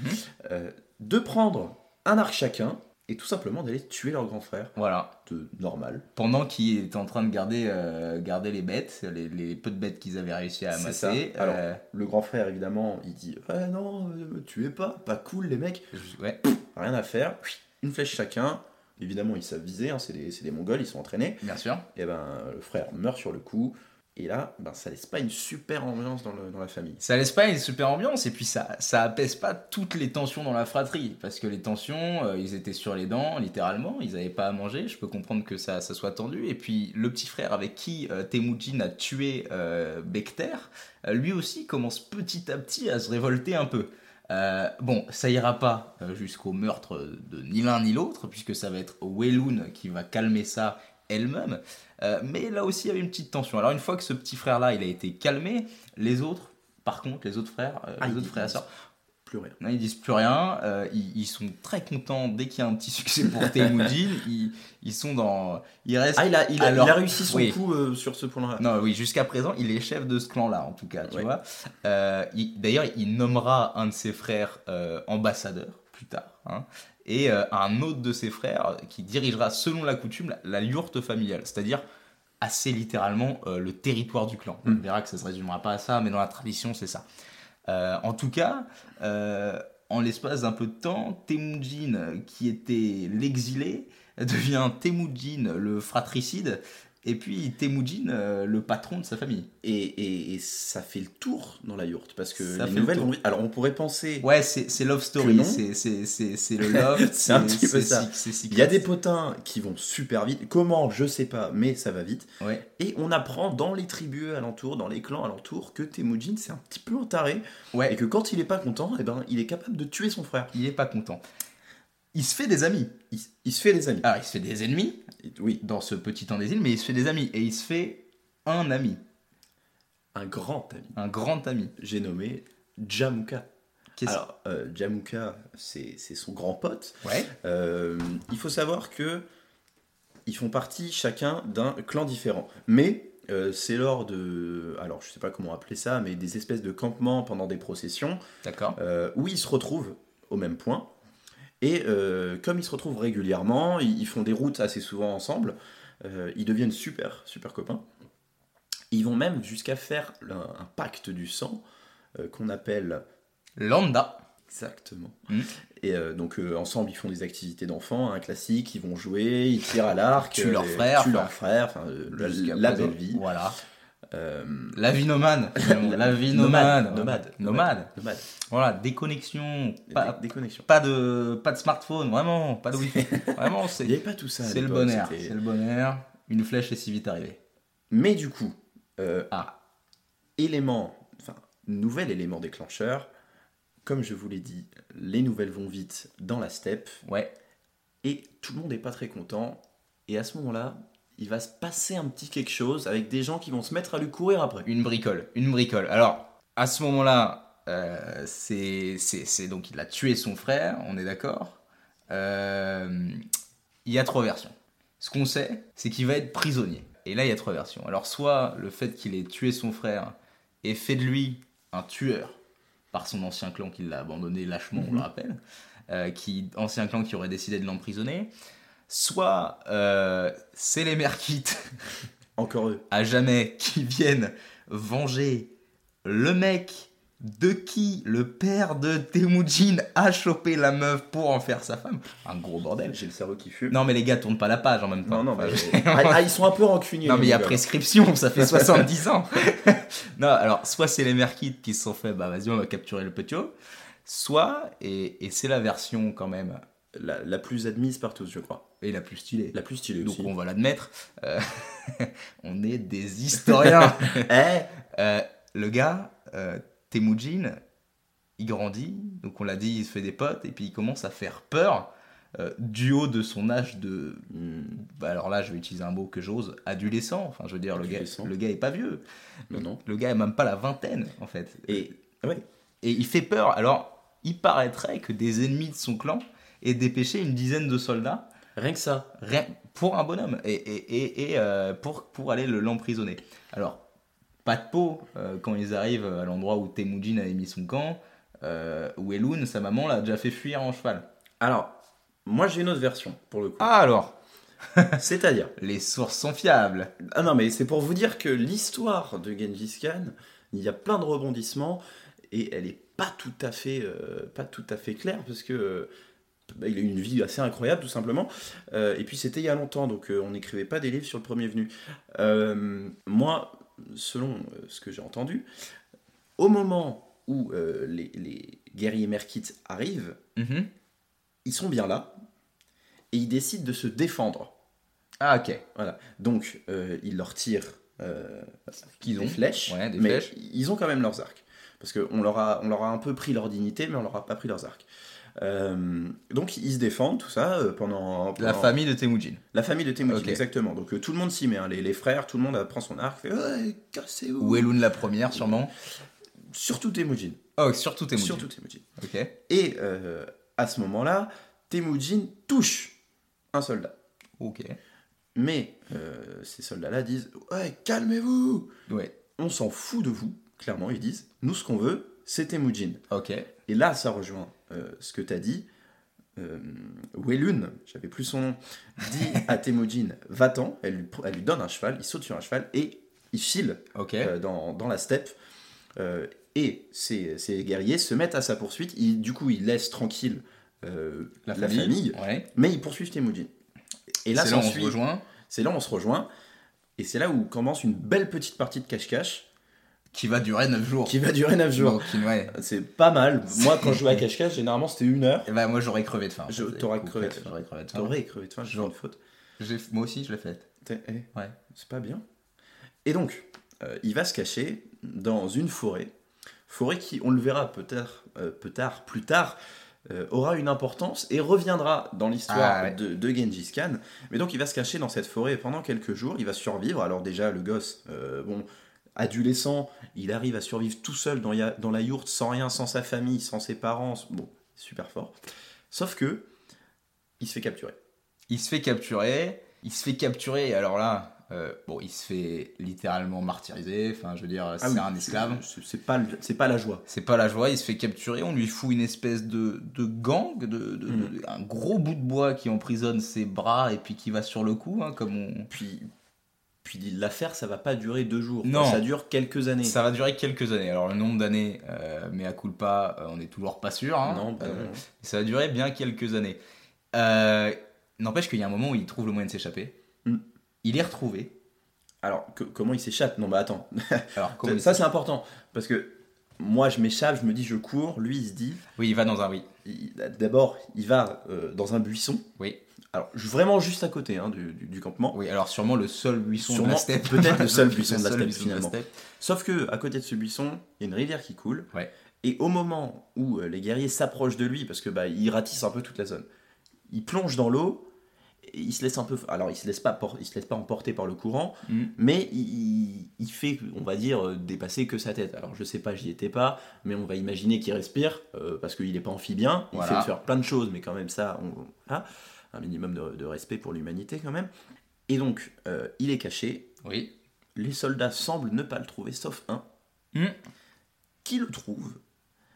Speaker 1: euh, de prendre un arc chacun et tout simplement d'aller tuer leur grand frère.
Speaker 2: Voilà.
Speaker 1: De normal.
Speaker 2: pendant qu'il était en train de garder, euh, garder les bêtes, les, les peu de bêtes qu'ils avaient réussi à
Speaker 1: C'est
Speaker 2: amasser.
Speaker 1: ça. Alors,
Speaker 2: euh,
Speaker 1: Le grand frère, évidemment, il dit Ah non, euh, me tuez pas, pas cool les mecs,
Speaker 2: je- ouais,
Speaker 1: rien à faire. Une flèche chacun. Évidemment, ils savent viser, hein, c'est des- c'est des Mongols, ils sont entraînés.
Speaker 2: bien sûr.
Speaker 1: et ben le frère meurt sur le coup et là ben ça laisse pas une super ambiance dans, le- dans la famille
Speaker 2: Ça laisse pas une super ambiance et puis ça, ça apaise pas toutes les tensions dans la fratrie parce que les tensions, euh, ils étaient sur les dents littéralement, ils avaient pas à manger. Je peux comprendre que ça, ça soit tendu. Et puis le petit frère avec qui euh, Temujin a tué euh, Becter, euh, lui aussi commence petit à petit à se révolter un peu. Euh, bon, ça ira pas euh, jusqu'au meurtre de ni l'un ni l'autre puisque ça va être Weilun qui va calmer ça elle-même. Euh, mais là aussi, il y avait une petite tension. Alors une fois que ce petit frère-là, il a été calmé, les autres par contre, les autres frères, euh,
Speaker 1: Ah,
Speaker 2: les
Speaker 1: ils
Speaker 2: autres frères et
Speaker 1: disent-
Speaker 2: sœurs,
Speaker 1: plus rien
Speaker 2: non, ils disent plus rien. euh, ils, ils sont très contents dès qu'il y a un petit succès pour Temujin. ils, ils sont dans, ils restent.
Speaker 1: ah il a, il a,
Speaker 2: Alors,
Speaker 1: il a réussi son
Speaker 2: oui.
Speaker 1: coup euh, sur ce point là
Speaker 2: Non, oui, jusqu'à présent, il est chef de ce clan-là, en tout cas, tu
Speaker 1: Ouais.
Speaker 2: vois. Euh, il- D'ailleurs, il nommera un de ses frères euh, ambassadeur plus tard, hein, et euh, un autre de ses frères qui dirigera, selon la coutume, la, la yourte familiale, c'est-à-dire assez littéralement euh, le territoire du clan. On
Speaker 1: Mm.
Speaker 2: verra que ça se résumera pas à ça, mais dans la tradition, c'est ça. Euh, en tout cas, euh, en l'espace d'un peu de temps, Temujin, euh, qui était l'exilé, devient Temujin le fratricide Et puis Temujin, euh, le patron de sa famille.
Speaker 1: Et, et- et ça fait le tour dans la yourte parce que
Speaker 2: Ça
Speaker 1: les
Speaker 2: fait le
Speaker 1: nouvelles
Speaker 2: tour.
Speaker 1: vont. Alors on pourrait penser.
Speaker 2: Ouais, c'est c'est love
Speaker 1: Que
Speaker 2: story,
Speaker 1: non.
Speaker 2: c'est- c'est c'est- c'est le love.
Speaker 1: C'est un petit peu
Speaker 2: c'est
Speaker 1: ça.
Speaker 2: si- c'est si-
Speaker 1: Il y a des potins qui vont super vite. Comment Je sais pas, mais ça va vite.
Speaker 2: Ouais.
Speaker 1: Et on apprend dans les tribus alentour, dans les clans alentour, que Temujin c'est un petit peu un taré
Speaker 2: Ouais.
Speaker 1: et que quand il est pas content, eh ben il est capable de tuer son frère.
Speaker 2: il est pas content. Il se fait des amis.
Speaker 1: Il, il se fait des amis.
Speaker 2: Alors, il se fait des ennemis
Speaker 1: Oui,
Speaker 2: dans ce petit temps des îles, mais il se fait des amis. Et il se fait un ami,
Speaker 1: un grand ami.
Speaker 2: un grand ami.
Speaker 1: J'ai nommé Jamuka.
Speaker 2: Qu'est-ce-
Speaker 1: Alors euh, Jamuka, c'est c'est son grand pote.
Speaker 2: Ouais.
Speaker 1: Euh, il faut savoir que ils font partie chacun d'un clan différent. Mais euh, c'est lors de, alors je sais pas comment appeler ça, mais des espèces de campements pendant des processions
Speaker 2: D'accord.
Speaker 1: euh, où ils se retrouvent au même point. Et euh, comme ils se retrouvent régulièrement, ils, ils font des routes assez souvent ensemble, euh, ils deviennent super, super copains. Ils vont même jusqu'à faire un, un pacte du sang euh, qu'on appelle
Speaker 2: Lambda.
Speaker 1: Exactement.
Speaker 2: Mm.
Speaker 1: Et euh, donc euh, ensemble ils font des activités d'enfants, un classique, ils vont jouer, ils tirent à l'arc,
Speaker 2: Tuent
Speaker 1: euh,
Speaker 2: leurs
Speaker 1: les-
Speaker 2: frères,
Speaker 1: tuent
Speaker 2: enfin,
Speaker 1: leurs frères, enfin, euh, la,
Speaker 2: Jusqu'à
Speaker 1: la
Speaker 2: présent.
Speaker 1: belle vie.
Speaker 2: Voilà.
Speaker 1: Euh,
Speaker 2: La vie nomade. finalement. la vie nomade.
Speaker 1: nomade, nomade,
Speaker 2: Nomade.
Speaker 1: nomade,
Speaker 2: Voilà, déconnexion.
Speaker 1: Des-
Speaker 2: Pas,
Speaker 1: des, connexions.
Speaker 2: pas de, pas de smartphone, vraiment. Pas de wifi. Vraiment,
Speaker 1: Il n'y
Speaker 2: c'est
Speaker 1: avait pas tout ça. à
Speaker 2: c'est le
Speaker 1: l'époque,
Speaker 2: bonheur.
Speaker 1: c'était-
Speaker 2: C'est le bonheur. Une flèche est si vite arrivée.
Speaker 1: Mais du coup, euh,
Speaker 2: Ah.
Speaker 1: élément, enfin, nouvel élément déclencheur, comme je vous l'ai dit, les nouvelles vont vite dans la steppe
Speaker 2: Ouais.
Speaker 1: et tout le monde n'est pas très content. Et à ce moment-là, il va se passer un petit quelque chose avec des gens qui vont se mettre à lui courir après.
Speaker 2: Une bricole, une bricole. Alors, à ce moment-là, euh, c'est c'est- c'est- donc il a tué son frère, on est d'accord. Euh, il y a trois versions. Ce qu'on sait, c'est qu'il va être prisonnier. Et là, il y a trois versions. Alors, soit le fait qu'il ait tué son frère et fait de lui un tueur par son ancien clan qui l'a abandonné lâchement, on
Speaker 1: Mhm.
Speaker 2: le rappelle, euh, qui, ancien clan qui aurait décidé de l'emprisonner. Soit euh, c'est les Merkites
Speaker 1: Encore eux.
Speaker 2: à jamais qui viennent venger le mec de qui le père de Temujin a chopé la meuf pour en faire sa femme. Un gros bordel.
Speaker 1: J'ai le cerveau qui fume.
Speaker 2: Non mais les gars tournent pas la page en même temps.
Speaker 1: non, non,
Speaker 2: Enfin,
Speaker 1: mais-
Speaker 2: je-
Speaker 1: ah, ah, ils sont un peu rancuniers.
Speaker 2: Non mais il y a
Speaker 1: les gars.
Speaker 2: prescription, ça fait 70 ans. non alors soit c'est les merkites qui se sont fait bah vas-y on va capturer le petio, soit et, et c'est la version quand même
Speaker 1: hein. La, la plus admise par tous, je crois.
Speaker 2: et la plus stylée.
Speaker 1: La plus stylée
Speaker 2: Donc
Speaker 1: aussi.
Speaker 2: on va l'admettre, euh, on est des historiens.
Speaker 1: Eh
Speaker 2: Euh, le gars, euh, Temujin, il grandit, donc on l'a dit, il se fait des potes, et puis il commence à faire peur euh, du haut de son âge de.
Speaker 1: Hmm,
Speaker 2: bah, alors là, je vais utiliser un mot que j'ose, adolescent. Enfin, je veux dire, le gars,
Speaker 1: Adolescent.
Speaker 2: le gars est pas vieux.
Speaker 1: Non, non.
Speaker 2: Le gars est même pas la vingtaine, en fait.
Speaker 1: Et ouais,
Speaker 2: Et il fait peur. Alors, il paraîtrait que des ennemis de son clan aient dépêché une dizaine de soldats
Speaker 1: rien que ça.
Speaker 2: rien- pour un bonhomme et, et- et- et, euh, pour, pour aller le- l'emprisonner. Alors, pas de peau euh, quand ils arrivent à l'endroit où Temujin a émis son camp, euh, où Elun, sa maman, l'a déjà fait fuir en cheval.
Speaker 1: Alors, moi j'ai une autre version pour le coup.
Speaker 2: Ah alors Ah.
Speaker 1: C'est-à-dire.
Speaker 2: Les sources sont fiables.
Speaker 1: Ah non, mais c'est pour vous dire que l'histoire de Genghis Khan, il y a plein de rebondissements et elle est pas tout à fait, euh, pas tout à fait claire parce que euh, bah, il a eu une vie assez incroyable tout simplement. Euh, et puis c'était il y a longtemps, donc euh, on n'écrivait pas des livres sur le premier venu. Euh, moi, selon euh, ce que j'ai entendu, au moment où euh, les, les guerriers merkites arrivent,
Speaker 2: Mhm.
Speaker 1: ils sont bien là et ils décident de se défendre.
Speaker 2: Ah ok.
Speaker 1: Donc, euh, ils leur tirent euh,
Speaker 2: Qu'ils ont.
Speaker 1: des flèches,
Speaker 2: Ouais, des
Speaker 1: mais
Speaker 2: flèches.
Speaker 1: ils ont quand même leurs arcs. Parce qu'on leur, a- on leur a un peu pris leur dignité, mais on leur a pas pris leurs arcs. Euh, donc, ils se défendent, tout ça, euh, pendant,
Speaker 2: La
Speaker 1: pendant-
Speaker 2: famille de Temujin.
Speaker 1: la famille de Temujin,
Speaker 2: Ok.
Speaker 1: exactement. Donc, euh, tout le monde s'y met, hein. les, les frères, tout le monde euh, prend son arc, fait Ouais, cassez-vous
Speaker 2: Ou Elun la première sûrement.
Speaker 1: Surtout Temujin.
Speaker 2: Oh, surtout Temujin.
Speaker 1: Surtout Temujin.
Speaker 2: Ok.
Speaker 1: Et euh, à ce moment-là, Temujin touche un soldat.
Speaker 2: Ok.
Speaker 1: Mais euh, ces soldats-là disent Ouais, calmez-vous
Speaker 2: Ouais.
Speaker 1: on s'en fout de vous, clairement, ils disent. Nous, ce qu'on veut, c'est Temujin.
Speaker 2: Ok.
Speaker 1: Et là, ça rejoint euh, ce que t'as dit. Euh, Weylun, j'avais plus son nom, dit à Temujin Va-t'en, elle lui, elle lui donne un cheval, il saute sur un cheval et il file
Speaker 2: Ok.
Speaker 1: euh, dans, dans la steppe. Euh, et ces, ces guerriers se mettent à sa poursuite. Ils- du coup, ils laissent tranquille euh, la, famille.
Speaker 2: Ouais.
Speaker 1: mais ils poursuivent Temujin. Et là,
Speaker 2: C'est là on se
Speaker 1: s'ensuit-
Speaker 2: rejoint.
Speaker 1: c'est là où on se rejoint. Et c'est là où commence une belle petite partie de cache-cache
Speaker 2: Qui va durer 9 jours.
Speaker 1: qui va durer 9 jours.
Speaker 2: Donc, ouais.
Speaker 1: C'est pas mal. Moi, quand je jouais à cache-cache, généralement c'était une heure.
Speaker 2: Et bah, moi, j'aurais crevé de faim.
Speaker 1: Je-
Speaker 2: Pour-
Speaker 1: t'aurais
Speaker 2: pour-
Speaker 1: crevé de faim.
Speaker 2: J'aurais crevé de faim.
Speaker 1: T'aurais crevé de faim, j'ai fait une faute.
Speaker 2: J'ai- Moi aussi, je l'ai faite.
Speaker 1: Ah T'es- eh,
Speaker 2: Ouais.
Speaker 1: C'est pas bien. Et donc, euh, il va se cacher dans une forêt. Forêt qui, on le verra peut-être euh, peu tard, plus tard, euh, aura une importance et reviendra dans l'histoire
Speaker 2: Ah, ouais.
Speaker 1: de, de Gengis Khan. Mais donc, il va se cacher dans cette forêt et pendant quelques jours. Il va survivre. Alors, déjà, le gosse, euh, bon, adolescent, il arrive à survivre tout seul dans, ya- dans la yourte, sans rien, sans sa famille, sans ses parents. Bon, super fort. Sauf que, il se fait capturer.
Speaker 2: Il se fait capturer. Il se fait capturer, et alors là, euh, bon, il se fait littéralement martyriser. Enfin, je veux dire, c'est
Speaker 1: Ah oui,
Speaker 2: un esclave.
Speaker 1: c'est- C'est pas, le- c'est pas la joie.
Speaker 2: C'est pas la joie, il se fait capturer, on lui fout une espèce de, de gang, de, de- de-
Speaker 1: Mhm.
Speaker 2: un gros bout de bois qui emprisonne ses bras et puis qui va sur le cou, hein, comme on...
Speaker 1: Puis, puis l'affaire, ça va pas durer deux jours.
Speaker 2: Non.
Speaker 1: Ça dure quelques années.
Speaker 2: Ça va durer quelques années. Alors le nombre d'années, euh, mais à culpa, euh, on n'est toujours pas sûr. hein.
Speaker 1: non, bah
Speaker 2: Euh,
Speaker 1: non.
Speaker 2: Ça va durer bien quelques années. Euh, N'empêche qu'il y a un moment où il trouve le moyen de s'échapper.
Speaker 1: Mm.
Speaker 2: Il est retrouvé.
Speaker 1: Alors, que- comment il s'échappe Non, bah attends.
Speaker 2: Alors comment il
Speaker 1: ça, c'est important. Parce que moi, je m'échappe, je me dis, je cours. Lui, il se dit.
Speaker 2: Oui, il va dans un oui.
Speaker 1: il- D'abord, il va euh, dans un buisson.
Speaker 2: Oui.
Speaker 1: Alors, je- vraiment juste à côté hein, du, du- du campement.
Speaker 2: Oui, alors sûrement le seul buisson de
Speaker 1: Sûrement,
Speaker 2: la steppe.
Speaker 1: peut-être le seul buisson de la
Speaker 2: seul
Speaker 1: steppe,
Speaker 2: buisson de la
Speaker 1: finalement.
Speaker 2: steppe.
Speaker 1: Sauf que, à côté de ce buisson, il y a une rivière qui coule.
Speaker 2: Ouais.
Speaker 1: Et au moment où euh, les guerriers s'approchent de lui, parce que bah, ils ratissent un peu toute la zone, ils plongent dans l'eau. et Ils se laissent un peu. Alors, ils se laissent pas, por- ils se laissent pas emporter par le courant.
Speaker 2: Mm.
Speaker 1: mais il, il- il fait, on va dire, euh, dépasser que sa tête. Alors je sais pas, j'y étais pas, mais on va imaginer qu'il respire, euh, parce qu'il n'est pas amphibien, il
Speaker 2: Voilà.
Speaker 1: fait faire plein de choses, mais quand même ça, on, ah, un minimum de, de respect pour l'humanité quand même. Et donc, euh, il est caché,
Speaker 2: Oui.
Speaker 1: les soldats semblent ne pas le trouver, sauf un,
Speaker 2: Hmm.
Speaker 1: qui le trouve,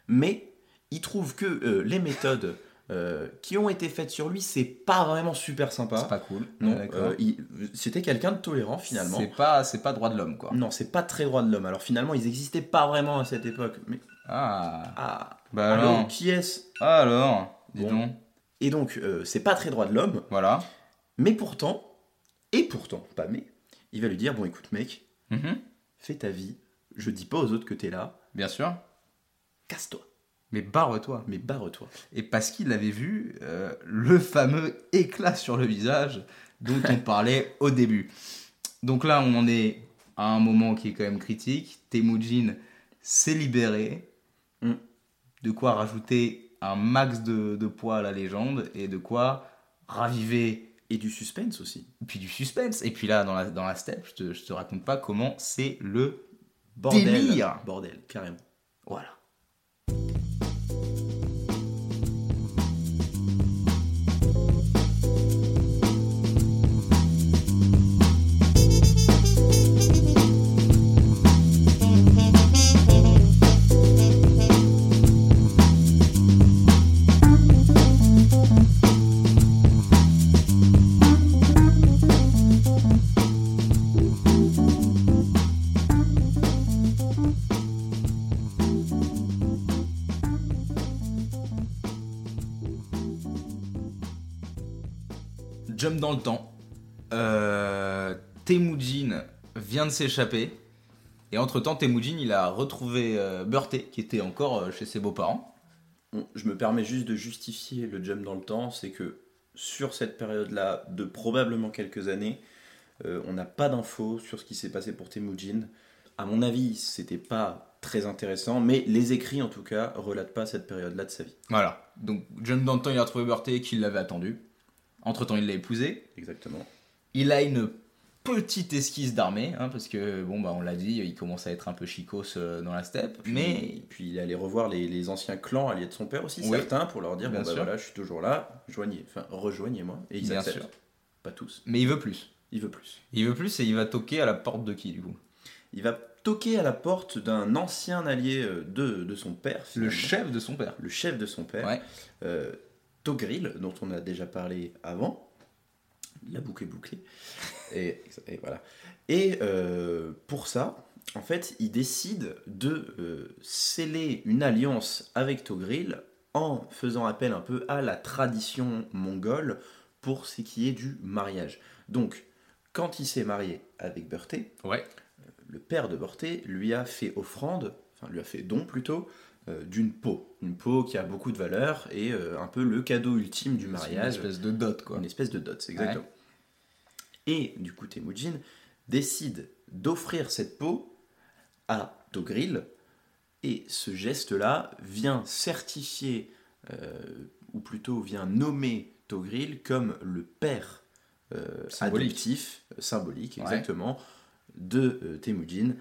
Speaker 1: mais il trouve que euh, les méthodes... euh, qui ont été faites sur lui, c'est pas vraiment super
Speaker 2: C'est
Speaker 1: sympa.
Speaker 2: pas cool.
Speaker 1: Non,
Speaker 2: D'accord.
Speaker 1: euh, il- c'était quelqu'un de tolérant finalement. Mm.
Speaker 2: C'est pas, c'est pas droit de l'homme, quoi.
Speaker 1: Non, c'est pas très droit de l'homme. Alors finalement, ils n'existaient pas vraiment à cette époque. Mais
Speaker 2: Ah.
Speaker 1: ah,
Speaker 2: Bah
Speaker 1: alors,
Speaker 2: alors. Ah
Speaker 1: qui est-ce
Speaker 2: Alors. Dis
Speaker 1: Bon.
Speaker 2: donc.
Speaker 1: Et donc, euh, c'est pas très droit de l'homme.
Speaker 2: Voilà.
Speaker 1: Mais pourtant, et pourtant, pas mais, il va lui dire bon, écoute, mec,
Speaker 2: Mhm.
Speaker 1: fais ta vie. Je dis pas aux autres que t'es là.
Speaker 2: Bien sûr.
Speaker 1: Casse-toi,
Speaker 2: Mais barre-toi.
Speaker 1: mais barre-toi.
Speaker 2: Et parce qu'il avait vu euh, le fameux éclat sur le visage dont on parlait au début. Donc là, on en est à un moment qui est quand même critique. Temujin s'est libéré.
Speaker 1: Mm.
Speaker 2: De quoi rajouter un max de, de poids à la légende et de quoi raviver
Speaker 1: Et du suspense aussi.
Speaker 2: puis du suspense. Et puis là, dans la, dans la steppe, je te, je te raconte pas comment c'est le.
Speaker 1: Bordel.
Speaker 2: Délire.
Speaker 1: Bordel, carrément. Voilà.
Speaker 2: Jump dans le temps. Euh, Temujin vient de s'échapper. Et entre-temps, Temujin, il a retrouvé euh, Berthé, qui était encore euh, chez ses beaux-parents.
Speaker 1: On- je me permets juste de justifier le jump dans le temps. C'est que sur cette période-là, de probablement quelques années, euh, on n'a pas d'infos sur ce qui s'est passé pour Temujin. À mon avis, c'était pas très intéressant, mais les écrits en tout cas relatent pas cette période-là de sa vie.
Speaker 2: Voilà. Donc, Jump dans le temps, il a retrouvé Berthé, qui l'avait attendu. Entre-temps, il l'a épousée.
Speaker 1: Exactement.
Speaker 2: Il a une petite esquisse d'armée, hein, parce que, bon, bah, on l'a dit, il commence à être un peu chicos euh, dans la steppe. Mais
Speaker 1: Mais puis il allait revoir les, les anciens clans alliés de son père aussi,
Speaker 2: Oui.
Speaker 1: certains, pour leur dire
Speaker 2: Bien
Speaker 1: bon bah
Speaker 2: sûr.
Speaker 1: voilà, je suis toujours là, joignez, enfin rejoignez-moi. Et ils
Speaker 2: Bien
Speaker 1: acceptent.
Speaker 2: sûr.
Speaker 1: Pas tous.
Speaker 2: Mais il veut plus.
Speaker 1: Il veut plus.
Speaker 2: Il veut plus et il va toquer à la porte de qui du coup
Speaker 1: Il va toquer à la porte d'un ancien allié euh, de, de son père. finalement.
Speaker 2: Le chef de son père.
Speaker 1: le chef de son père,
Speaker 2: Ouais.
Speaker 1: euh, Togril, dont on a déjà parlé avant. La boucle est bouclée. Et, et voilà. Et euh, pour ça, en fait, il décide de euh, sceller une alliance avec Togril en faisant appel un peu à la tradition mongole pour ce qui est du mariage. Donc, Quand il s'est marié avec Berthé,
Speaker 2: Ouais.
Speaker 1: le père de Berthé lui a fait offrande, enfin lui a fait don plutôt, euh, d'une peau. Une peau qui a beaucoup de valeur et euh, un peu le cadeau ultime du mariage.
Speaker 2: Une espèce de dot, quoi.
Speaker 1: Une espèce de dot, c'est exactement. Et du coup, Temujin décide d'offrir cette peau à Togril. Et ce geste-là vient certifier, euh, ou plutôt vient nommer Togril comme le père euh,
Speaker 2: Symbolique.
Speaker 1: adoptif, euh, symbolique
Speaker 2: Ouais.
Speaker 1: exactement, de euh, Temujin.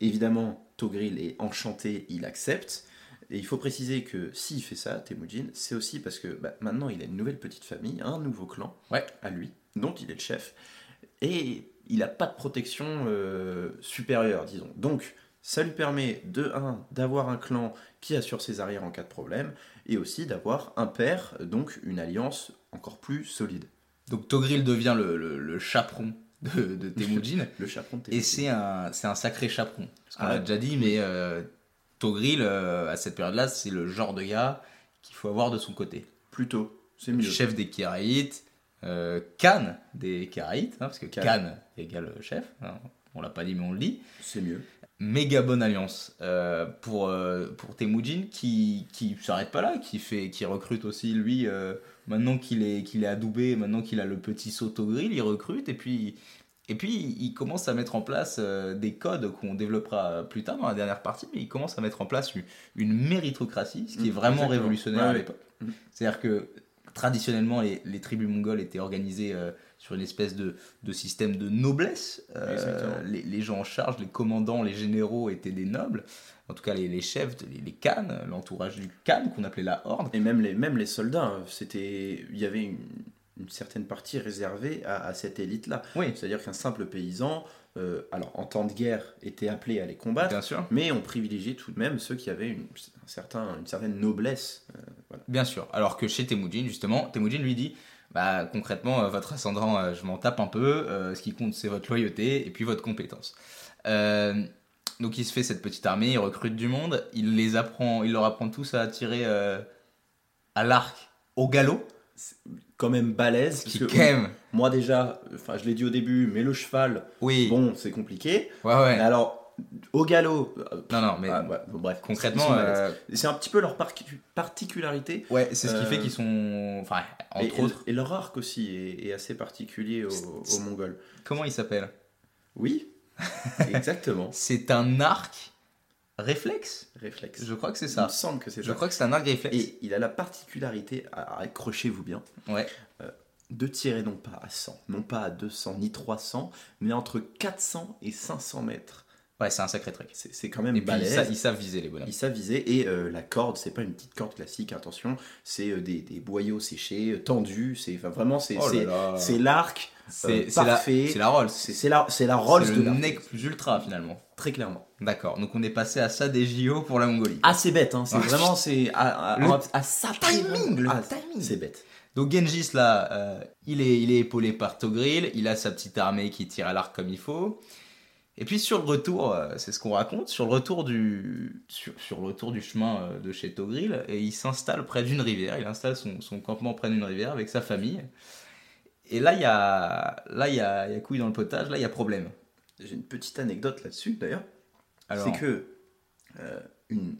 Speaker 1: Évidemment, Togril est enchanté, il accepte. Et il faut préciser que s'il fait ça, Temujin, c'est aussi parce que bah, maintenant il a une nouvelle petite famille, un nouveau clan
Speaker 2: Ouais.
Speaker 1: à lui, dont il est le chef, et il n'a pas de protection euh, supérieure, disons. Donc ça lui permet de un d'avoir un clan qui assure ses arrières en cas de problème, et aussi d'avoir un père, donc une alliance encore plus solide.
Speaker 2: Donc Togril devient le, le- le chaperon de, de Temujin.
Speaker 1: Le chaperon de
Speaker 2: et
Speaker 1: Temujin.
Speaker 2: c'est un, c'est un sacré chaperon. Parce qu'on
Speaker 1: Ah
Speaker 2: l'a
Speaker 1: ouais.
Speaker 2: déjà dit, mais euh, Togril, euh, à cette période-là, c'est le genre de gars qu'il faut avoir de son côté.
Speaker 1: plutôt, c'est mieux.
Speaker 2: Chef des Kéraïtes, euh, Khan des Kéraïtes, hein, parce que Khan,
Speaker 1: Khan.
Speaker 2: égale chef. hein. on l'a pas dit, mais on le dit.
Speaker 1: C'est mieux.
Speaker 2: méga bonne alliance euh, pour, euh, pour Temujin qui qui s'arrête pas là, qui fait qui recrute aussi lui euh, maintenant qu'il est qu'il est adoubé, maintenant qu'il a le petit sauto grill, il recrute et puis et puis il commence à mettre en place euh, des codes qu'on développera euh, plus tard dans la dernière partie, mais il commence à mettre en place une, une méritocratie, ce qui est
Speaker 1: Mm,
Speaker 2: vraiment
Speaker 1: exactement.
Speaker 2: révolutionnaire à
Speaker 1: Ouais,
Speaker 2: l'époque.
Speaker 1: ouais. Mm.
Speaker 2: C'est-à-dire que traditionnellement les, les tribus mongoles étaient organisées euh, sur une espèce de, de système de noblesse. Euh,
Speaker 1: Exactement.
Speaker 2: les, les gens en charge, les commandants, les généraux étaient des nobles. En tout cas, les, les chefs, les, les Khans, l'entourage du Khan qu'on appelait la Horde.
Speaker 1: Et même les, même les soldats, hein, c'était, il y avait une, une certaine partie réservée à, à cette élite-là.
Speaker 2: Oui,
Speaker 1: C'est-à-dire qu'un simple paysan, euh, alors en temps de guerre, était appelé à les combattre,
Speaker 2: bien sûr.
Speaker 1: mais on privilégiait tout de même ceux qui avaient une, un certain, une certaine noblesse. Euh,
Speaker 2: Bien sûr. Alors que chez Temujin, justement, Temujin lui dit bah, concrètement, euh, votre ascendant, euh, je m'en tape un peu. euh, ce qui compte, c'est votre loyauté et puis votre compétence. Euh, donc, il se fait cette petite armée, il recrute du monde, il les apprend, il leur apprend tous à tirer euh, à l'arc, au galop,
Speaker 1: Quand même balèze,
Speaker 2: ce qui
Speaker 1: parce
Speaker 2: quand
Speaker 1: que
Speaker 2: même.
Speaker 1: moi déjà, enfin je l'ai dit au début, mais le cheval,
Speaker 2: Oui.
Speaker 1: bon, c'est compliqué.
Speaker 2: Ouais, ouais.
Speaker 1: Mais alors, au galop, euh,
Speaker 2: Non, non, mais
Speaker 1: ah, ouais, bon, bref, ils
Speaker 2: concrètement,
Speaker 1: sont balèzes.
Speaker 2: euh,
Speaker 1: c'est un petit peu leur par- particularité.
Speaker 2: Ouais, c'est ce qui
Speaker 1: Euh,
Speaker 2: fait qu'ils sont. Enfin, entre
Speaker 1: et, et-
Speaker 2: autres.
Speaker 1: et leur arc aussi est, est assez particulier aux,
Speaker 2: C'est-
Speaker 1: aux Mongols.
Speaker 2: Comment il s'appelle
Speaker 1: Oui, exactement.
Speaker 2: C'est un arc réflexe
Speaker 1: Réflexe.
Speaker 2: Je crois que c'est
Speaker 1: Il me
Speaker 2: ça.
Speaker 1: semble que c'est
Speaker 2: Je
Speaker 1: ça.
Speaker 2: crois que c'est un arc réflexe.
Speaker 1: Et il a la particularité, à- accrochez-vous bien,
Speaker 2: Ouais.
Speaker 1: euh, de tirer non pas à 100, non pas à 200, ni 300, mais entre 400 et 500 mètres.
Speaker 2: Ouais, c'est un sacré truc.
Speaker 1: C'est c'est quand même
Speaker 2: Et puis ils
Speaker 1: balèze.
Speaker 2: savent, ils savent viser les bonhommes.
Speaker 1: Ils savent viser et euh, la corde, c'est pas une petite corde classique, attention, c'est euh, des, des boyaux séchés, euh, tendus, c'est enfin, vraiment c'est
Speaker 2: Oh là
Speaker 1: c'est-
Speaker 2: là.
Speaker 1: c'est l'arc,
Speaker 2: C'est
Speaker 1: euh,
Speaker 2: c'est la,
Speaker 1: parfait.
Speaker 2: c'est la Rolls.
Speaker 1: c'est c'est la c'est la Rolls
Speaker 2: C'est
Speaker 1: de
Speaker 2: le
Speaker 1: l'arc.
Speaker 2: nec plus ultra finalement.
Speaker 1: très clairement.
Speaker 2: D'accord, donc on est passé à ça des JO pour la Mongolie.
Speaker 1: Assez bête, hein, c'est
Speaker 2: Ah,
Speaker 1: vraiment c'est à, à,
Speaker 2: Le
Speaker 1: à- à sa
Speaker 2: timing, le
Speaker 1: Ah,
Speaker 2: timing.
Speaker 1: c'est bête.
Speaker 2: Donc Gengis là, euh, il, est, il est épaulé par Togril, il a sa petite armée qui tire à l'arc comme il faut. Et puis sur le retour, euh, c'est ce qu'on raconte, sur le retour du, sur, sur le retour du chemin euh, de chez Togril, et il s'installe près d'une rivière, il installe son, son campement près d'une rivière avec sa famille. Et là, il y a, là, il y a, il y a couille dans le potage, là, il y a problème.
Speaker 1: J'ai une petite anecdote là-dessus d'ailleurs.
Speaker 2: Alors,
Speaker 1: C'est que euh, une.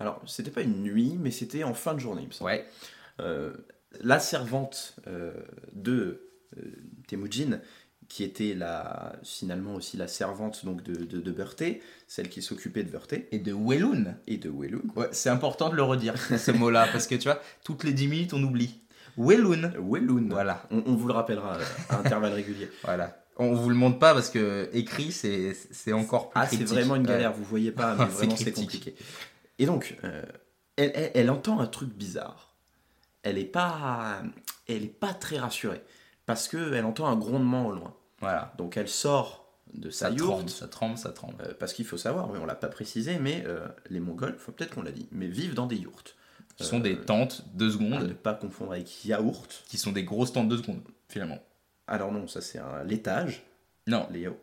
Speaker 1: Alors, c'était pas une nuit, mais c'était en fin de journée, il me semble.
Speaker 2: Ouais,
Speaker 1: Euh, la servante euh, de euh, Temujin, qui était la, finalement aussi la servante donc de, de, de Berthé, celle qui s'occupait de Berthé
Speaker 2: et de Welun.
Speaker 1: et de Welun.
Speaker 2: Ouais, c'est important de le redire, ce mot-là, parce que tu vois, toutes les 10 minutes, on oublie. Welun.
Speaker 1: Welun.
Speaker 2: Voilà.
Speaker 1: On, on vous le rappellera euh, à intervalles réguliers.
Speaker 2: Voilà. On vous le montre pas parce que écrit, c'est c'est encore plus
Speaker 1: Ah, c'est
Speaker 2: critique.
Speaker 1: vraiment une
Speaker 2: Ouais.
Speaker 1: galère, vous voyez pas, mais
Speaker 2: C'est
Speaker 1: vraiment c'est
Speaker 2: critique.
Speaker 1: compliqué. Et donc, euh, elle, elle- elle entend un truc bizarre. Elle est pas, elle est pas très rassurée parce que elle entend un grondement au loin.
Speaker 2: Voilà.
Speaker 1: Donc elle sort de sa
Speaker 2: Ça tremble,
Speaker 1: yourte
Speaker 2: ça tremble, ça tremble.
Speaker 1: Euh, parce qu'il faut savoir, oui, on l'a pas précisé, mais euh, les Mongols, faut peut-être qu'on l'a dit, mais vivent dans des yourtes.
Speaker 2: Ce sont des tentes de
Speaker 1: À ne
Speaker 2: secondes,
Speaker 1: pas confondre avec yaourt.
Speaker 2: qui sont des grosses tentes de secondes, finalement.
Speaker 1: Alors non, ça c'est un laitage.
Speaker 2: Non,
Speaker 1: Les yaourts.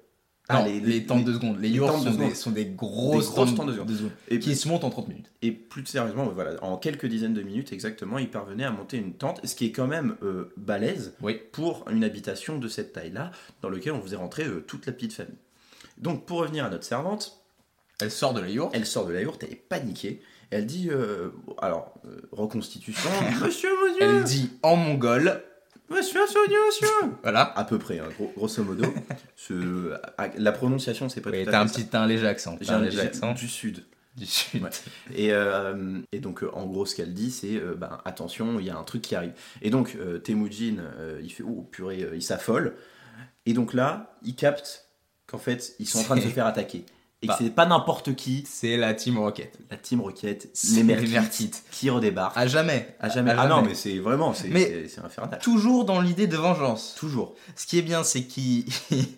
Speaker 2: Non,
Speaker 1: Ah,
Speaker 2: les, temps de deux secondes. Les,
Speaker 1: les
Speaker 2: yours
Speaker 1: temps de
Speaker 2: sont,
Speaker 1: deux
Speaker 2: des,
Speaker 1: secondes.
Speaker 2: sont des grosses,
Speaker 1: grosses temps de deux
Speaker 2: secondes.
Speaker 1: Et
Speaker 2: Qui se montent en 30 minutes.
Speaker 1: Et plus sérieusement, voilà, en quelques dizaines de minutes exactement, il parvenait à monter une tente, ce qui est quand même euh, balèze
Speaker 2: Oui.
Speaker 1: pour une habitation de cette taille-là, dans laquelle on faisait rentrer euh, toute la petite famille. Donc pour revenir à notre servante,
Speaker 2: Elle sort de la yourte.
Speaker 1: elle sort de la yourte, elle est paniquée, elle dit, euh, alors, euh, reconstitution, monsieur, monsieur,
Speaker 2: Elle dit en mongol.
Speaker 1: monsieur, monsieur, monsieur,
Speaker 2: Voilà.
Speaker 1: à peu près, hein, gros- grosso modo, Ce- à- la prononciation c'est pas
Speaker 2: Et
Speaker 1: tout à
Speaker 2: t'as un
Speaker 1: fait ça.
Speaker 2: petit, t'as un léger accent.
Speaker 1: J'ai
Speaker 2: T'as un léger
Speaker 1: j'ai-
Speaker 2: accent.
Speaker 1: du sud.
Speaker 2: Du sud.
Speaker 1: Ouais. Et, euh, et donc, euh, en gros, ce qu'elle dit, c'est euh, ben, attention, il y a un truc qui arrive. Et donc, euh, Temujin, euh, il fait oh purée, euh, il s'affole. Et donc là, il capte qu'en fait, ils sont en train de se
Speaker 2: C'est-
Speaker 1: faire attaquer. Et
Speaker 2: Bah.
Speaker 1: que c'est pas n'importe qui,
Speaker 2: C'est la Team Rocket.
Speaker 1: la Team Rocket,
Speaker 2: C'est
Speaker 1: les
Speaker 2: les
Speaker 1: Merkites,
Speaker 2: Merkites.
Speaker 1: qui redébarquent.
Speaker 2: À jamais.
Speaker 1: À jamais.
Speaker 2: à
Speaker 1: Ah non,
Speaker 2: jamais.
Speaker 1: mais c'est vraiment, c'est
Speaker 2: Mais-
Speaker 1: c'est- c'est infernal.
Speaker 2: Toujours dans l'idée de vengeance.
Speaker 1: Toujours.
Speaker 2: Ce qui est bien, c'est qu'ils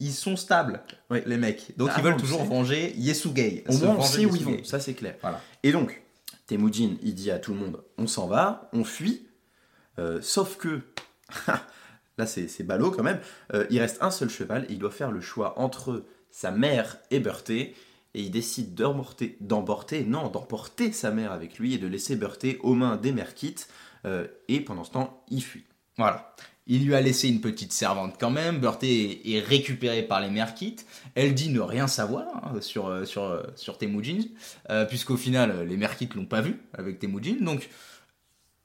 Speaker 2: ils sont stables,
Speaker 1: Ouais.
Speaker 2: les mecs. Donc
Speaker 1: Ah
Speaker 2: ils veulent
Speaker 1: non,
Speaker 2: toujours
Speaker 1: c'est-
Speaker 2: venger Yesugei.
Speaker 1: Au
Speaker 2: Se
Speaker 1: moins, on
Speaker 2: venger
Speaker 1: sait où ils
Speaker 2: Yesugei.
Speaker 1: vont, ça c'est clair.
Speaker 2: Voilà.
Speaker 1: Et donc, Temujin, il dit à tout le monde, on s'en va, on fuit, Euh, sauf que, là c'est c'est ballot quand même, Euh, il reste un seul cheval et il doit faire le choix entre sa mère et Berthé, et il décide d'emporter, d'emporter, non, d'emporter sa mère avec lui et de laisser Berthé aux mains des Merkites, euh, et pendant ce temps, il fuit.
Speaker 2: Voilà. Il lui a laissé une petite servante quand même. Berthé est est récupérée par les Merkites. Elle dit ne rien savoir hein, sur, euh, sur, euh, sur Temujin, euh, puisqu'au final, euh, les Merkites l'ont pas vu avec Temujin. Donc,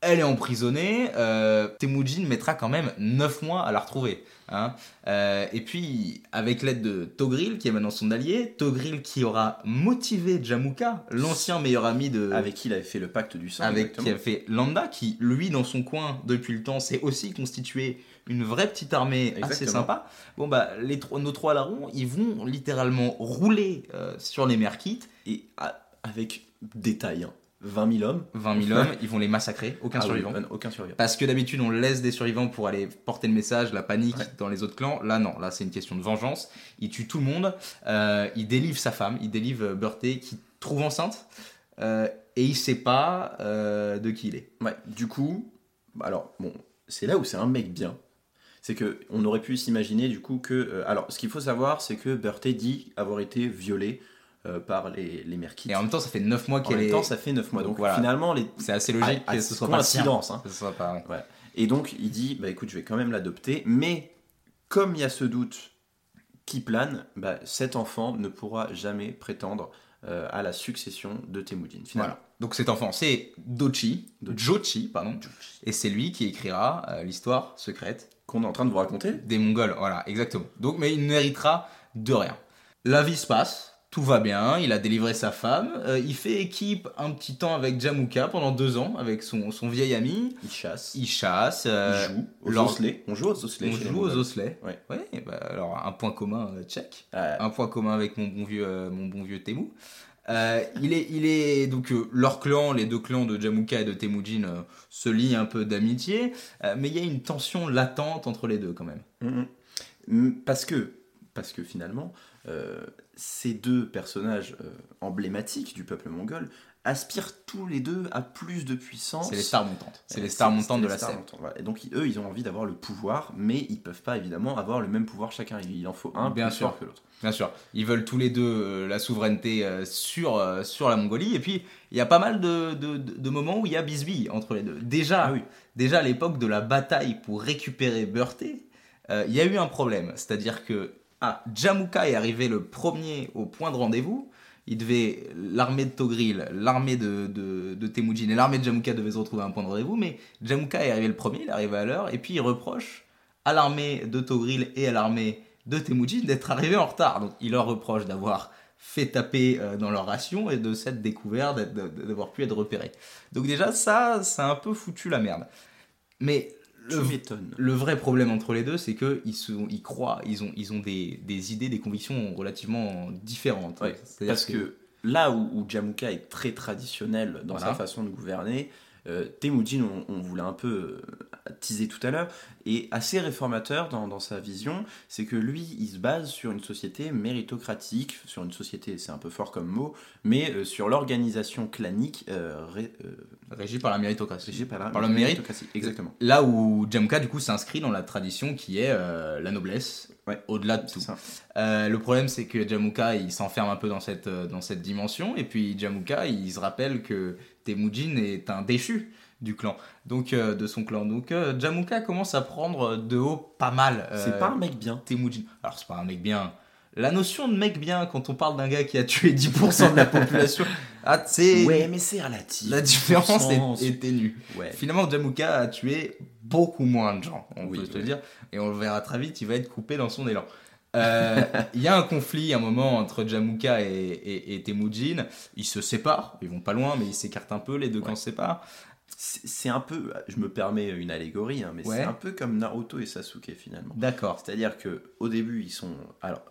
Speaker 2: elle est emprisonnée. euh, Temujin mettra quand même 9 mois à la retrouver. hein. Euh, et puis, avec l'aide de Togril, qui est maintenant son allié, Togril qui aura motivé Jamuka, l'ancien meilleur ami de,
Speaker 1: Avec qui il avait fait le pacte du sang.
Speaker 2: avec
Speaker 1: exactement.
Speaker 2: qui a fait Lambda, qui lui dans son coin depuis le temps s'est aussi constitué une vraie petite armée assez
Speaker 1: Exactement.
Speaker 2: sympa. Bon bah les trois, nos trois larrons, ils vont littéralement rouler euh, sur les Merkites,
Speaker 1: Et ah, avec détail, hein, 20 000 hommes,
Speaker 2: 20 000 hommes, ils vont les massacrer, aucun
Speaker 1: Ah oui,
Speaker 2: survivant.
Speaker 1: euh, aucun survivant.
Speaker 2: Parce que d'habitude on laisse des survivants pour aller porter le message, la panique dans les autres clans. Là non, là c'est une question de vengeance. Il tue tout le monde, euh, il délivre sa femme, il délivre euh, Berthé qui trouve enceinte euh, et il sait pas euh, de qui il est.
Speaker 1: Ouais, du coup, bah alors bon, c'est là où c'est un mec bien. C'est que on aurait pu s'imaginer du coup que euh, alors ce qu'il faut savoir c'est que Berthe dit avoir été violée euh, par les les Merkites.
Speaker 2: Et en même temps ça fait 9 mois
Speaker 1: En
Speaker 2: qu'elle
Speaker 1: même
Speaker 2: est...
Speaker 1: temps, ça fait 9 mois.
Speaker 2: Donc,
Speaker 1: Donc,
Speaker 2: voilà.
Speaker 1: finalement les
Speaker 2: C'est assez logique
Speaker 1: Ah,
Speaker 2: que
Speaker 1: ah,
Speaker 2: ce soit pas le sien.
Speaker 1: coïncidence, hein.
Speaker 2: Que ce soit pas, ouais.
Speaker 1: Et donc il dit bah écoute, je vais quand même l'adopter mais comme il y a ce doute qui plane, bah, cet enfant ne pourra jamais prétendre euh, à la succession de Temujin finalement.
Speaker 2: Voilà. Donc cet enfant, c'est Dochi,
Speaker 1: Dochi.
Speaker 2: Jochi, pardon, et c'est lui qui écrira euh, l'histoire secrète
Speaker 1: Qu'on est en train de vous raconter
Speaker 2: des Mongols. Voilà, exactement. Donc, mais il n'héritera de rien. La vie se passe, tout va bien, il a délivré sa femme, euh, il fait équipe un petit temps avec Jamuka pendant deux ans, avec son, son vieil ami,
Speaker 1: Il chasse,
Speaker 2: il chasse, euh,
Speaker 1: il joue aux
Speaker 2: lors-
Speaker 1: osselets. On joue aux osselets.
Speaker 2: on
Speaker 1: chez les
Speaker 2: joue
Speaker 1: Mongols.
Speaker 2: aux osselets.
Speaker 1: Ouais.
Speaker 2: bah, alors un point commun euh, tchèque.
Speaker 1: Ah,
Speaker 2: un point commun avec mon bon vieux, euh, mon bon vieux Temu. Euh, il est, il est donc euh, leur clan, les deux clans de Jamuka et de Temujin euh, se lient un peu d'amitié, euh, mais il y a une tension latente entre les deux quand même.
Speaker 1: Mhm. Mm, Parce que, parce que finalement, euh, ces deux personnages euh, emblématiques du peuple mongol aspirent tous les deux à plus de puissance.
Speaker 2: C'est les stars montantes. C'est
Speaker 1: Euh,
Speaker 2: les stars montantes
Speaker 1: c'est
Speaker 2: de
Speaker 1: les
Speaker 2: la
Speaker 1: stars
Speaker 2: scène.
Speaker 1: montantes, voilà. Et donc, ils- eux, ils ont envie d'avoir le pouvoir, mais ils peuvent pas évidemment avoir le même pouvoir chacun. Il il en faut un
Speaker 2: Bien
Speaker 1: plus
Speaker 2: sûr.
Speaker 1: fort que l'autre.
Speaker 2: Bien sûr, ils veulent tous les deux euh, la souveraineté euh, sur, euh, sur la Mongolie. Et puis, il y a pas mal de, de- de- de moments où il y a bisbille entre les deux. Déjà,
Speaker 1: Ah oui.
Speaker 2: déjà à l'époque de la bataille pour récupérer Berthé, euh, il y a eu un problème. C'est-à-dire que ah, Jamuka est arrivé le premier au point de rendez-vous. Il devait l'armée de Togril, l'armée de, de, de Temujin et l'armée de Jamuka devaient se retrouver à un point de rendez-vous, mais Jamuka est arrivé le premier, il est arrivé à l'heure, et puis il reproche à l'armée de Togril et à l'armée de Temujin d'être arrivé en retard. Donc il leur reproche d'avoir fait taper euh, dans leur ration et de s'être découvert, d'être- de- de- d'avoir pu être repéré. Donc déjà ça, ça a un peu foutu la merde. Mais
Speaker 1: Je
Speaker 2: le,
Speaker 1: m'étonne.
Speaker 2: le vrai problème entre les deux, c'est que ils, sont- ils croient, ils ont, ils ont des, des idées, des convictions relativement différentes.
Speaker 1: Ouais,
Speaker 2: C'est-à-dire
Speaker 1: Parce que là où, où Jamuka est très traditionnel dans
Speaker 2: Voilà.
Speaker 1: sa façon de gouverner, euh, Temujin, on, on voulait un peu euh, teasé tout à l'heure, est assez réformateur dans, dans sa vision. C'est que lui, il se base sur une société méritocratique, sur une société, c'est un peu fort comme mot, mais euh, sur l'organisation clanique euh, ré- euh,
Speaker 2: Régi par la méritocratie.
Speaker 1: régée par la,
Speaker 2: Par le mérite.
Speaker 1: méritocratie. Exactement.
Speaker 2: Là où Jamka, du coup, s'inscrit dans la tradition qui est euh, la noblesse,
Speaker 1: Ouais.
Speaker 2: au-delà de
Speaker 1: C'est
Speaker 2: tout.
Speaker 1: ça.
Speaker 2: Euh, le problème, c'est que Jamuka, il s'enferme un peu dans cette, euh, dans cette dimension, et puis Jamuka, il se rappelle que Temujin est un déchu du clan, donc euh, de son clan. Donc euh, Jamuka commence à prendre de haut pas mal. euh,
Speaker 1: C'est pas un mec bien.
Speaker 2: Temujin. Alors, c'est pas un mec bien. La notion de mec bien, quand on parle d'un gars qui a tué 10% de la population, ah, c'est.
Speaker 1: Ouais, mais c'est relatif.
Speaker 2: La différence est,
Speaker 1: Sens.
Speaker 2: est ténue.
Speaker 1: Ouais.
Speaker 2: Finalement, Jamuka a tué beaucoup moins de gens, on
Speaker 1: Oui,
Speaker 2: peut se
Speaker 1: oui.
Speaker 2: le dire, et on le verra très vite, il va être coupé dans son élan. Euh, Il y a un conflit, un moment, entre Jamuka et, et, et Temujin. Ils se séparent, ils vont pas loin, mais ils s'écartent un peu, les deux
Speaker 1: Ouais.
Speaker 2: camps se séparent.
Speaker 1: C'est c'est un peu, je me permets une allégorie, hein, mais
Speaker 2: Ouais.
Speaker 1: c'est un peu comme Naruto et Sasuke finalement.
Speaker 2: D'accord.
Speaker 1: C'est-à-dire que au début ils sont, alors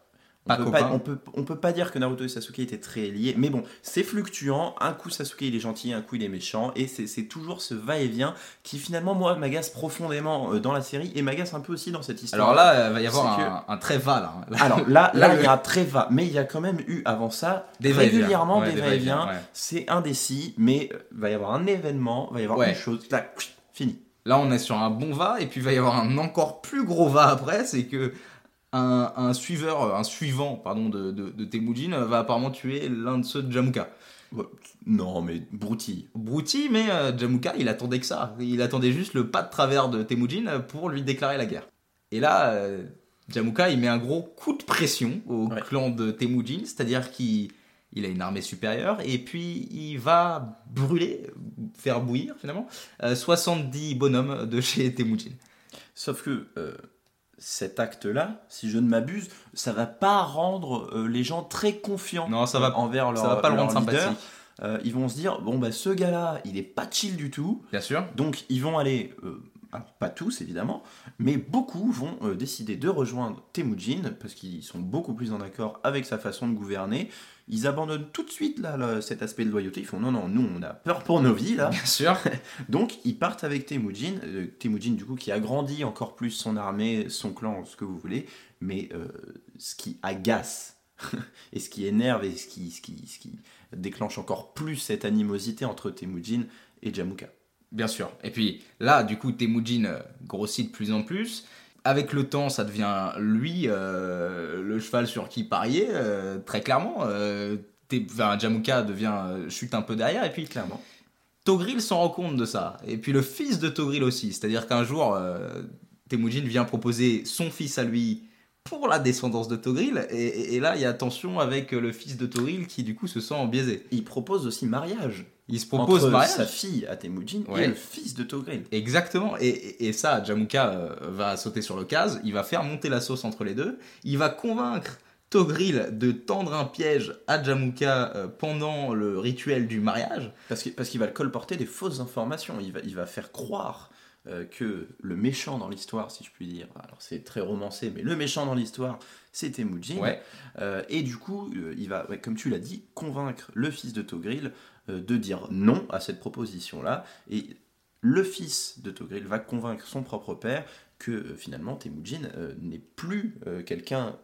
Speaker 1: on
Speaker 2: Pas
Speaker 1: peut
Speaker 2: copains.
Speaker 1: on peut, on peut pas dire que Naruto et Sasuke étaient très liés, mais bon, c'est fluctuant. Un coup Sasuke il est gentil, un coup il est méchant, et c'est c'est toujours ce va-et-vient qui finalement moi m'agace profondément euh, dans la série et m'agace un peu aussi dans cette histoire.
Speaker 2: Alors là, il va y avoir
Speaker 1: C'est
Speaker 2: un, un très va, là, hein. Là,
Speaker 1: alors là, là,
Speaker 2: là,
Speaker 1: il y a un très va, mais il y a quand même eu avant ça
Speaker 2: Des va-et-vient.
Speaker 1: régulièrement
Speaker 2: Ouais,
Speaker 1: des va-et-vient.
Speaker 2: ouais.
Speaker 1: C'est indécis, mais euh, va y avoir un événement, va y avoir
Speaker 2: Ouais.
Speaker 1: une chose, là, fini.
Speaker 2: Là, on est sur un bon va, et puis il va y avoir un encore plus gros va après, c'est que un, un suiveur, un suivant, pardon, de, de, de Temujin va apparemment tuer l'un de ceux de Jamuka.
Speaker 1: Non, mais broutille.
Speaker 2: Brouti, mais euh, Jamuka, il attendait que ça. Il attendait juste le pas de travers de Temujin pour lui déclarer la guerre. Et là, euh, Jamuka, il met un gros coup de pression au
Speaker 1: Ouais.
Speaker 2: clan de Temujin, c'est-à-dire qu'il il a une armée supérieure, et puis il va brûler, faire bouillir finalement, euh, 70 bonhommes de chez Temujin.
Speaker 1: Sauf que euh, cet acte-là, si je ne m'abuse, ça va pas rendre euh, les gens très confiants
Speaker 2: Non, ça va,
Speaker 1: envers leur,
Speaker 2: ça va pas le
Speaker 1: leur
Speaker 2: rendre
Speaker 1: leader.
Speaker 2: sympathique.
Speaker 1: Euh, ils vont se dire bon bah ce gars-là, il est pas chill du tout,
Speaker 2: Bien sûr.
Speaker 1: donc ils vont aller. euh, alors, pas tous évidemment, mais beaucoup vont euh, décider de rejoindre Temujin parce qu'ils sont beaucoup plus en accord avec sa façon de gouverner. Ils abandonnent tout de suite là, le- cet aspect de loyauté. Ils font non, non, nous on a peur pour nos vies là.
Speaker 2: Bien sûr.
Speaker 1: Donc ils partent avec Temujin, euh, Temujin du coup qui agrandit encore plus son armée, son clan, ce que vous voulez, mais euh, ce qui agace et ce qui énerve et ce qui, ce, qui, ce qui déclenche encore plus cette animosité entre Temujin et Jamuka.
Speaker 2: Bien sûr. Et puis là, du coup, Temujin euh, grossit de plus en plus. Avec le temps, ça devient lui euh, le cheval sur qui parier, euh, très clairement. Euh, Te- enfin, Jamuka devient, euh, chute un peu derrière. Et puis
Speaker 1: Clairement.
Speaker 2: Togril s'en rend compte de ça. Et puis le fils de Togril aussi. C'est-à-dire qu'un jour, euh, Temujin vient proposer son fils à lui pour la descendance de Togril. Et, et- et là, il y a tension avec euh, le fils de Togril qui, du coup, se sent biaisé.
Speaker 1: Il propose aussi mariage
Speaker 2: Il se propose
Speaker 1: entre
Speaker 2: mariage.
Speaker 1: sa fille à Temujin
Speaker 2: Ouais.
Speaker 1: et le fils de Togrel.
Speaker 2: Exactement, et, et- et ça, Jamuka euh, va sauter sur l'occasion, il va faire monter la sauce entre les deux, il va convaincre Togril de tendre un piège à Jamuka euh, pendant le rituel du mariage.
Speaker 1: Parce qu'il parce qu'il va le colporter des fausses informations. Il va, il va faire croire euh, que le méchant dans l'histoire, si je puis dire, alors c'est très romancé, mais le méchant dans l'histoire, c'est Temujin.
Speaker 2: Ouais.
Speaker 1: Euh, et du coup, euh, il va, ouais, comme tu l'as dit, convaincre le fils de Togril euh, de dire non à cette proposition-là. Et le fils de Togril va convaincre son propre père que euh, finalement Temujin euh, n'est plus euh, quelqu'un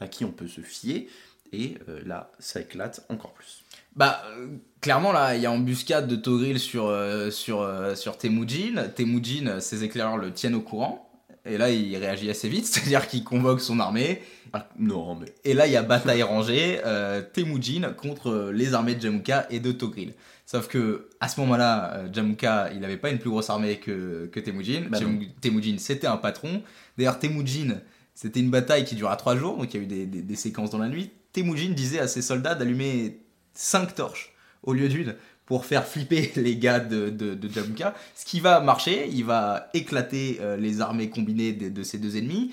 Speaker 1: à qui on peut se fier. Et euh, là, ça éclate encore plus.
Speaker 2: Bah, euh, clairement, là, il y a embuscade de Togril sur, euh, sur, euh, sur Temujin. Temujin, euh, ses éclaireurs le tiennent au courant, et là, il réagit assez vite, c'est-à-dire qu'il convoque son armée,
Speaker 1: Ah, non, mais
Speaker 2: Et là, il y a bataille rangée, euh, Temujin contre euh, les armées de Jamuka et de Togril. Sauf que à ce moment-là, euh, Jamuka, il n'avait pas une plus grosse armée que, que Temujin.
Speaker 1: Bah
Speaker 2: Jamu- Temujin, c'était un patron. D'ailleurs, Temujin, c'était une bataille qui dura trois jours, donc il y a eu des, des- des séquences dans la nuit. Temujin disait à ses soldats d'allumer cinq torches au lieu d'une pour faire flipper les gars de, de, de Jamuka. Ce qui va marcher, il va éclater euh, les armées combinées de, de ces deux ennemis.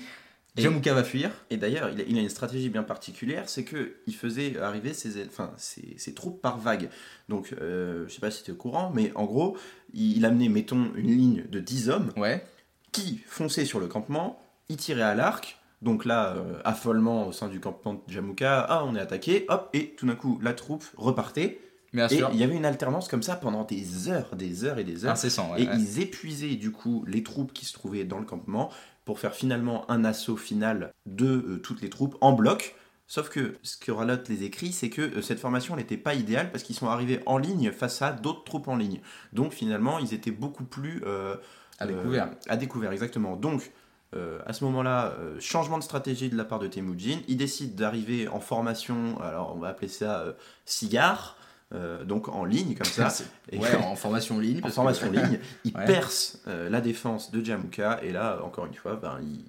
Speaker 1: Et-
Speaker 2: Jamuka va fuir.
Speaker 1: Et d'ailleurs, il a, il a une stratégie bien particulière, c'est que il faisait arriver ses, enfin, ses, ses troupes par vague. Donc, euh, je sais pas si tu es au courant, mais en gros, il, il amenait, mettons, une ligne de 10 hommes
Speaker 2: Ouais.
Speaker 1: qui fonçaient sur le campement, ils tiraient à l'arc. Donc là, euh, affolement au sein du campement de Jamuka, ah, on est attaqué, hop, et tout d'un coup, la troupe repartait.
Speaker 2: Bien
Speaker 1: Et
Speaker 2: sûr. Ah,
Speaker 1: il y avait une alternance comme ça pendant des heures, des heures et des heures.
Speaker 2: Incessant, ouais,
Speaker 1: Et
Speaker 2: ouais.
Speaker 1: ils épuisaient du coup les troupes qui se trouvaient dans le campement pour faire finalement un assaut final de euh, toutes les troupes en bloc. Sauf que ce que Ralotte les écrit, c'est que euh, cette formation n'était pas idéale parce qu'ils sont arrivés en ligne face à d'autres troupes en ligne. Donc finalement, ils étaient beaucoup plus euh,
Speaker 2: À
Speaker 1: euh,
Speaker 2: découvert.
Speaker 1: à découvert, exactement. Donc, euh, à ce moment-là, euh, changement de stratégie de la part de Temujin. Il décide d'arriver en formation, alors on va appeler ça euh, cigare, euh, donc en ligne comme ça.
Speaker 2: C'est-
Speaker 1: Et-
Speaker 2: ouais, en formation ligne.
Speaker 1: en
Speaker 2: parce que-
Speaker 1: formation ligne, il
Speaker 2: Ouais.
Speaker 1: perce euh, la défense de Jamuka et là, encore une fois, ben, il,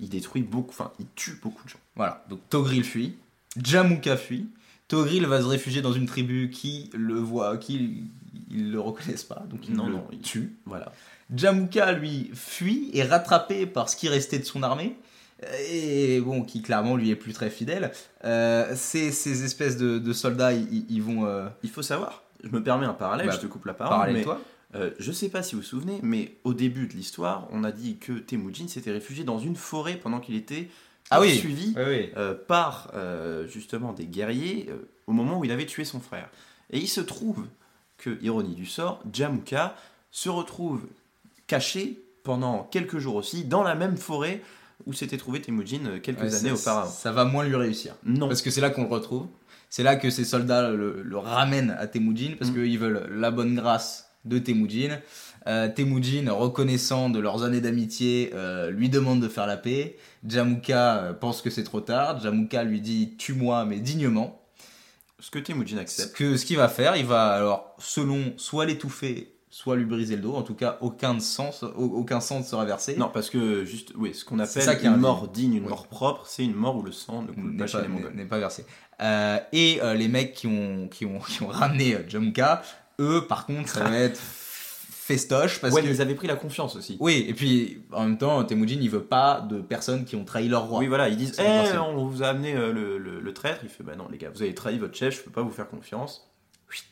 Speaker 1: il détruit beaucoup, enfin, il tue beaucoup de gens.
Speaker 2: Voilà, donc Togril fuit, Jamuka fuit, Togril va se réfugier dans une tribu qui le voit, qui ils le reconnaissent pas, donc ils
Speaker 1: Non,
Speaker 2: le
Speaker 1: non, il-
Speaker 2: tuent.
Speaker 1: Voilà.
Speaker 2: Jamuka, lui, fuit et rattrapé par ce qui restait de son armée, et bon, qui clairement lui est plus très fidèle. Euh, ces, ces espèces de, de soldats, ils- ils ils vont euh,
Speaker 1: Il faut savoir, je me permets un parallèle,
Speaker 2: Bah,
Speaker 1: je te coupe la parole,
Speaker 2: parler de
Speaker 1: Ah, mais
Speaker 2: toi.
Speaker 1: euh, je sais pas si vous vous souvenez, mais au début de l'histoire, on a dit que Temujin s'était réfugié dans une forêt pendant qu'il était
Speaker 2: Ah oui.
Speaker 1: suivi
Speaker 2: Oui, oui.
Speaker 1: euh, par euh, justement des guerriers euh, au moment où il avait tué son frère. Et il se trouve que, ironie du sort, Jamuka se retrouve caché pendant quelques jours aussi dans la même forêt où s'était trouvé Temujin euh, quelques
Speaker 2: Ouais,
Speaker 1: années
Speaker 2: ça-
Speaker 1: auparavant.
Speaker 2: Ça va moins lui réussir.
Speaker 1: Non,
Speaker 2: Parce que c'est là qu'on le retrouve. C'est là que ces soldats le, le ramènent à Temujin parce
Speaker 1: Mm.
Speaker 2: qu'ils veulent la bonne grâce de Temujin. Euh, Temujin, reconnaissant de leurs années d'amitié, euh, lui demande de faire la paix. Jamuka euh, pense que c'est trop tard. Jamuka lui dit tue-moi mais dignement.
Speaker 1: ce que Temujin
Speaker 2: Ce
Speaker 1: accepte.
Speaker 2: que- ce qu'il va faire, il va alors selon soit l'étouffer, soit lui briser le dos. En tout cas, aucun sens, aucun sang ne sera versé.
Speaker 1: Non, parce que juste, oui, ce qu'on
Speaker 2: C'est
Speaker 1: appelle
Speaker 2: ça qui est
Speaker 1: une
Speaker 2: indigne.
Speaker 1: mort digne, une
Speaker 2: Ouais.
Speaker 1: mort propre, c'est une mort où le sang ne coule
Speaker 2: n'est
Speaker 1: pas chez
Speaker 2: pas,
Speaker 1: les Mongols.
Speaker 2: n'est- n'est pas versé. Euh, et euh, les mecs qui ont, qui ont, qui ont ramené euh, Jomka, eux, par contre, ça va être festoche parce
Speaker 1: Ouais,
Speaker 2: que.
Speaker 1: mais ils avaient pris la confiance aussi.
Speaker 2: Oui, et puis en même temps, Temujin, il veut pas de personnes qui ont trahi leur roi.
Speaker 1: Oui, voilà, ils disent
Speaker 2: C'est
Speaker 1: Eh,
Speaker 2: compréhensible.
Speaker 1: on vous a amené euh, le, le- le traître. Il fait Bah non, les gars, vous avez trahi votre chef, je peux pas vous faire confiance.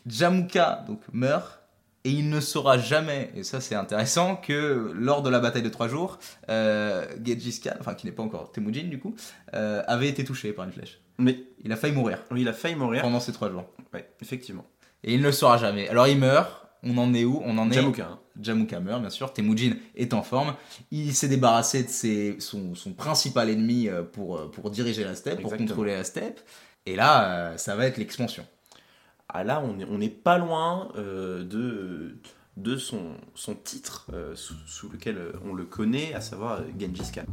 Speaker 2: Jamuka donc meurt et il ne saura jamais, et ça c'est intéressant, que lors de la bataille de trois jours, euh, Gengis Khan, enfin qui n'est pas encore Temujin du coup, euh, avait été touché par une flèche.
Speaker 1: Mais
Speaker 2: Il a failli mourir
Speaker 1: oui, il a failli mourir.
Speaker 2: pendant ces trois jours.
Speaker 1: Ouais, effectivement.
Speaker 2: Et il ne le saura jamais. Alors il meurt, on en est où On en est
Speaker 1: Jamuka. hein.
Speaker 2: Jamuka meurt, bien sûr. Temujin est en forme. Il s'est débarrassé de ses, son, son principal ennemi euh, pour, euh, pour diriger la steppe, pour
Speaker 1: Exactement.
Speaker 2: contrôler la steppe. Et là, euh, ça va être l'expansion.
Speaker 1: Ah là, on est, on est pas loin euh, de, de son, son titre euh, sous, sous lequel euh, on le connaît, à savoir euh, Gengis Khan.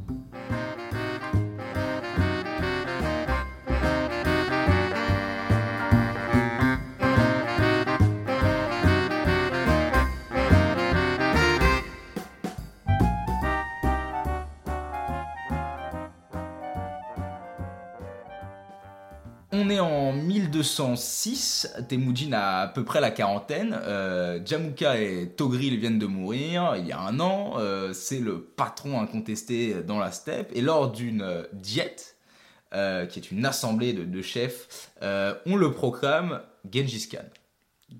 Speaker 2: On est en 1206, Temujin a à peu près la quarantaine, euh, Jamuka et Togril viennent de mourir il y a un an, euh, c'est le patron incontesté dans la steppe, et lors d'une euh, diète, euh, qui est une assemblée de, de chefs, euh, on le proclame Gengis Khan,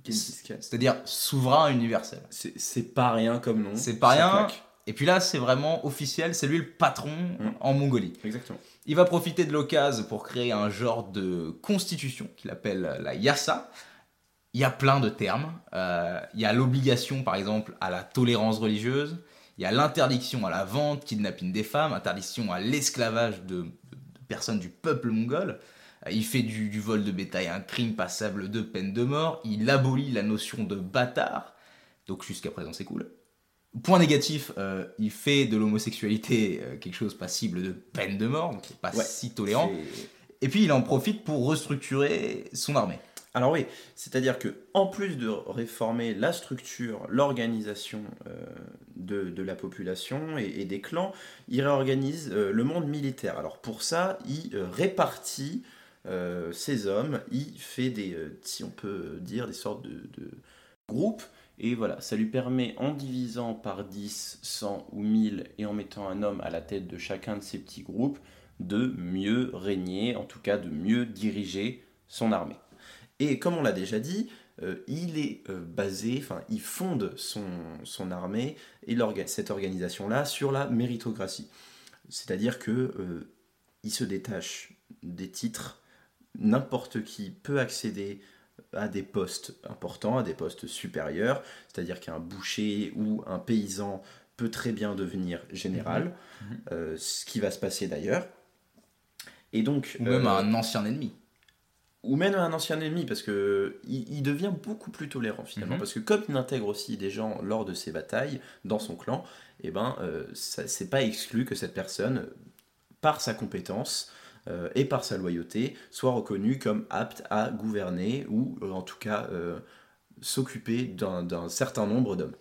Speaker 1: Gengis Khan.
Speaker 2: c'est-à-dire souverain universel.
Speaker 1: C'est c'est pas rien comme nom.
Speaker 2: C'est pas
Speaker 1: ça
Speaker 2: rien.
Speaker 1: claque.
Speaker 2: Et puis là, c'est vraiment officiel, c'est lui le patron
Speaker 1: Mm.
Speaker 2: en Mongolie.
Speaker 1: Exactement.
Speaker 2: Il va profiter de l'occasion pour créer un genre de constitution qu'il appelle la Yassa. Il y a plein de termes. Euh, il y a l'obligation, par exemple, à la tolérance religieuse. Il y a l'interdiction à la vente, kidnapping des femmes, interdiction à l'esclavage de, de personnes du peuple mongol. Euh, Il fait du, du vol de bétail un crime passable de peine de mort. Il abolit la notion de bâtard. Donc jusqu'à présent, c'est cool. Point négatif, euh, il fait de l'homosexualité euh, quelque chose passible de peine de mort, donc il n'est pas
Speaker 1: Ouais,
Speaker 2: si tolérant.
Speaker 1: C'est-
Speaker 2: Et puis il en profite pour restructurer son armée.
Speaker 1: Alors oui, c'est-à-dire que en plus de réformer la structure, l'organisation euh, de, de la population et, et des clans, il réorganise euh, le monde militaire. Alors pour ça, il euh, répartit euh, ses hommes, il fait des, euh, si on peut dire, des sortes de, de groupes. Et voilà, ça lui permet en divisant par 10, 100 ou 1000 et en mettant un homme à la tête de chacun de ces petits groupes, de mieux régner, en tout cas de mieux diriger son armée. Et comme on l'a déjà dit, euh, il est euh, basé, enfin, il fonde son, son armée et l'orga- cette organisation-là sur la méritocratie. C'est-à-dire que euh, il se détache des titres, n'importe qui peut accéder à des postes importants, à des postes supérieurs, c'est-à-dire qu'un boucher ou un paysan peut très bien devenir général,
Speaker 2: Mhm.
Speaker 1: euh, ce qui va se passer d'ailleurs. Et donc,
Speaker 2: Ou même
Speaker 1: euh,
Speaker 2: un ancien ennemi.
Speaker 1: ou même un ancien ennemi, parce que il, il devient beaucoup plus tolérant finalement,
Speaker 2: Mhm.
Speaker 1: parce que comme il intègre aussi des gens lors de ses batailles dans son clan, et ben euh, ça- c'est pas exclu que cette personne, par sa compétence euh, et par sa loyauté, soit reconnue comme apte à gouverner ou euh, en tout cas euh, s'occuper d'un d'un certain nombre d'hommes.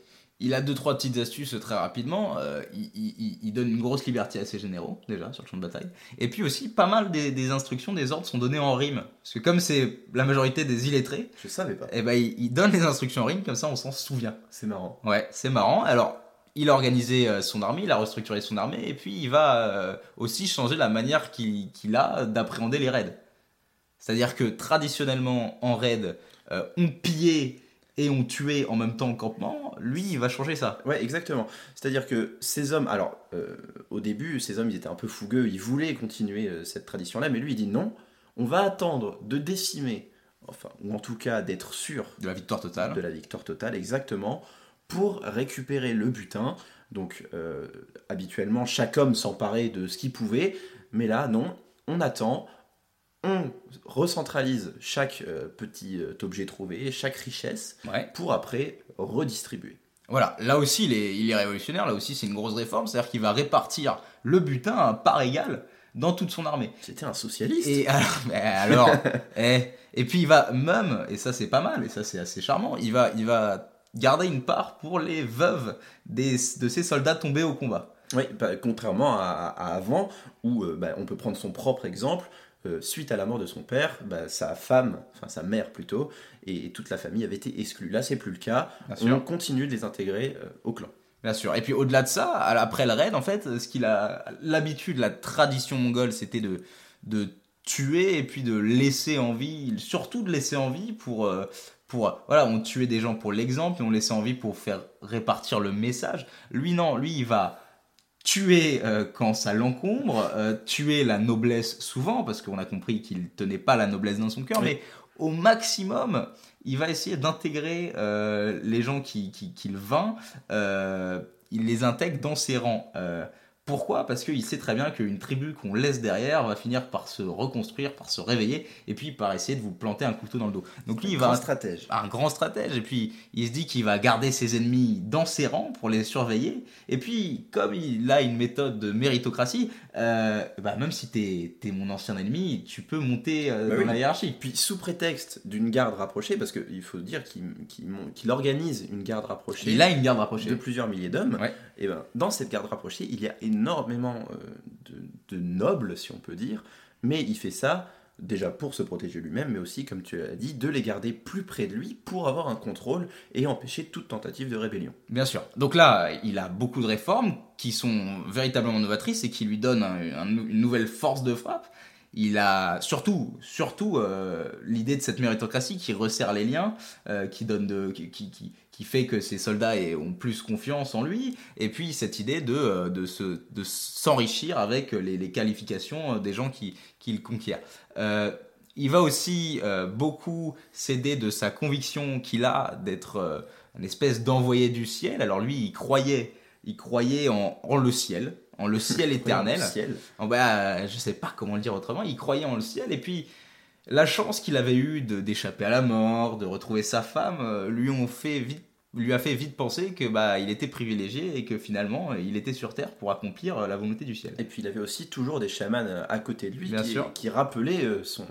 Speaker 2: Il a deux trois petites astuces très rapidement. Euh, il, il- il- il donne une grosse liberté à ses généraux déjà sur le champ de bataille. Et puis aussi pas mal des, des instructions, des ordres sont donnés en rime. Parce que comme c'est la majorité des illettrés,
Speaker 1: Je savais pas.
Speaker 2: eh ben il, il donne les instructions en rime comme ça on s'en souvient.
Speaker 1: C'est marrant.
Speaker 2: Ouais, c'est marrant. Alors il a organisé euh, son armée, il a restructuré son armée et puis il va euh, aussi changer la manière qu'il qu'il a d'appréhender les raids. C'est-à-dire que traditionnellement en raid euh, on pillait et on tuait en même temps le campement. Lui il va changer ça.
Speaker 1: Ouais, exactement. C'est-à-dire que ces hommes, alors euh, au début, ces hommes, ils étaient un peu fougueux, ils voulaient continuer euh, cette tradition-là, mais lui, il dit non, on va attendre de décimer, enfin, ou en tout cas d'être sûr
Speaker 2: de la victoire totale.
Speaker 1: de la victoire totale, exactement, pour récupérer le butin. Donc, euh, habituellement, chaque homme s'emparait de ce qu'il pouvait, mais là, non, on attend, on recentralise chaque euh, petit euh, objet trouvé, chaque richesse,
Speaker 2: Ouais.
Speaker 1: pour après redistribuer.
Speaker 2: Voilà, là aussi il est, il est révolutionnaire, là aussi c'est une grosse réforme, c'est-à-dire qu'il va répartir le butin à part égale dans toute son armée.
Speaker 1: C'était un socialiste.
Speaker 2: Et alors, mais alors eh, et puis il va même, et ça c'est pas mal, et ça c'est assez charmant, il va, il va garder une part pour les veuves des, de ses soldats tombés au combat.
Speaker 1: Oui, bah, contrairement à, à avant, où euh, bah, on peut prendre son propre exemple, euh, suite à la mort de son père, bah, sa femme, enfin sa mère plutôt, et toute la famille avait été exclue. Là, c'est plus le cas.
Speaker 2: Bien
Speaker 1: on continue de les intégrer euh, au clan.
Speaker 2: Mm. Bien sûr. Et puis au-delà de ça, à- après le raid, en fait, ce qu'il a l'habitude, la tradition mongole, c'était de, de tuer et puis de laisser en vie, surtout de laisser en vie pour, euh, pour voilà, on tuait des gens pour l'exemple et on laissait en vie pour faire répartir le message. Lui non, lui il va tuer euh, quand ça l'encombre, euh, tuer la noblesse souvent parce qu'on a compris qu'il tenait pas la noblesse dans son cœur,
Speaker 1: Oui.
Speaker 2: mais au maximum, il va essayer d'intégrer euh, les gens qui, qui, qui le vint, euh, il les intègre dans ses rangs. Euh, pourquoi Parce qu'il sait très bien qu'une tribu qu'on laisse derrière va finir par se reconstruire, par se réveiller, et puis par essayer de vous planter un couteau dans le dos. Donc lui, il
Speaker 1: Grand
Speaker 2: va
Speaker 1: stratège.
Speaker 2: un grand stratège. Et puis, il se dit qu'il va garder ses ennemis dans ses rangs pour les surveiller. Et puis, comme il a une méthode de méritocratie, euh, bah, même si t'es es mon ancien ennemi, tu peux monter euh,
Speaker 1: Bah
Speaker 2: dans
Speaker 1: oui.
Speaker 2: la hiérarchie.
Speaker 1: Puis, sous prétexte d'une garde rapprochée, parce qu'il faut dire qu'il qu'il mon- qu'il organise une garde rapprochée
Speaker 2: Il a une garde
Speaker 1: de
Speaker 2: rapprochée.
Speaker 1: plusieurs milliers d'hommes,
Speaker 2: Ouais.
Speaker 1: et ben, dans cette garde rapprochée, il y a énormément euh, de, de nobles, si on peut dire, mais il fait ça déjà pour se protéger lui-même, mais aussi, comme tu l'as dit, de les garder plus près de lui pour avoir un contrôle et empêcher toute tentative de rébellion.
Speaker 2: Bien sûr. Donc là, il a beaucoup de réformes qui sont véritablement novatrices et qui lui donnent un- un- une nouvelle force de frappe. Il a surtout, surtout euh, l'idée de cette méritocratie qui resserre les liens, euh, qui donne de, qui, qui, qui- qui fait que ses soldats aient- ont plus confiance en lui, et puis cette idée de, euh, de se- de s'enrichir avec les, les qualifications euh, des gens qui, qui le conquièrent. Euh, il va aussi euh, beaucoup s'aider de sa conviction qu'il a d'être euh, un espèce d'envoyé du ciel. Alors lui, il croyait, il croyait en, en le ciel, en le ciel éternel.
Speaker 1: Prenons le ciel.
Speaker 2: En bas, euh, je sais pas comment le dire autrement, il croyait en le ciel et puis la chance qu'il avait eue de- d'échapper à la mort, de retrouver sa femme, euh, lui ont fait vite lui a fait vite penser que bah il était privilégié et que finalement euh, il était sur terre pour accomplir euh, la volonté du ciel.
Speaker 1: Et puis il avait aussi toujours des chamans euh, à côté de lui
Speaker 2: Bien
Speaker 1: qui,
Speaker 2: sûr.
Speaker 1: qui rappelaient euh, son.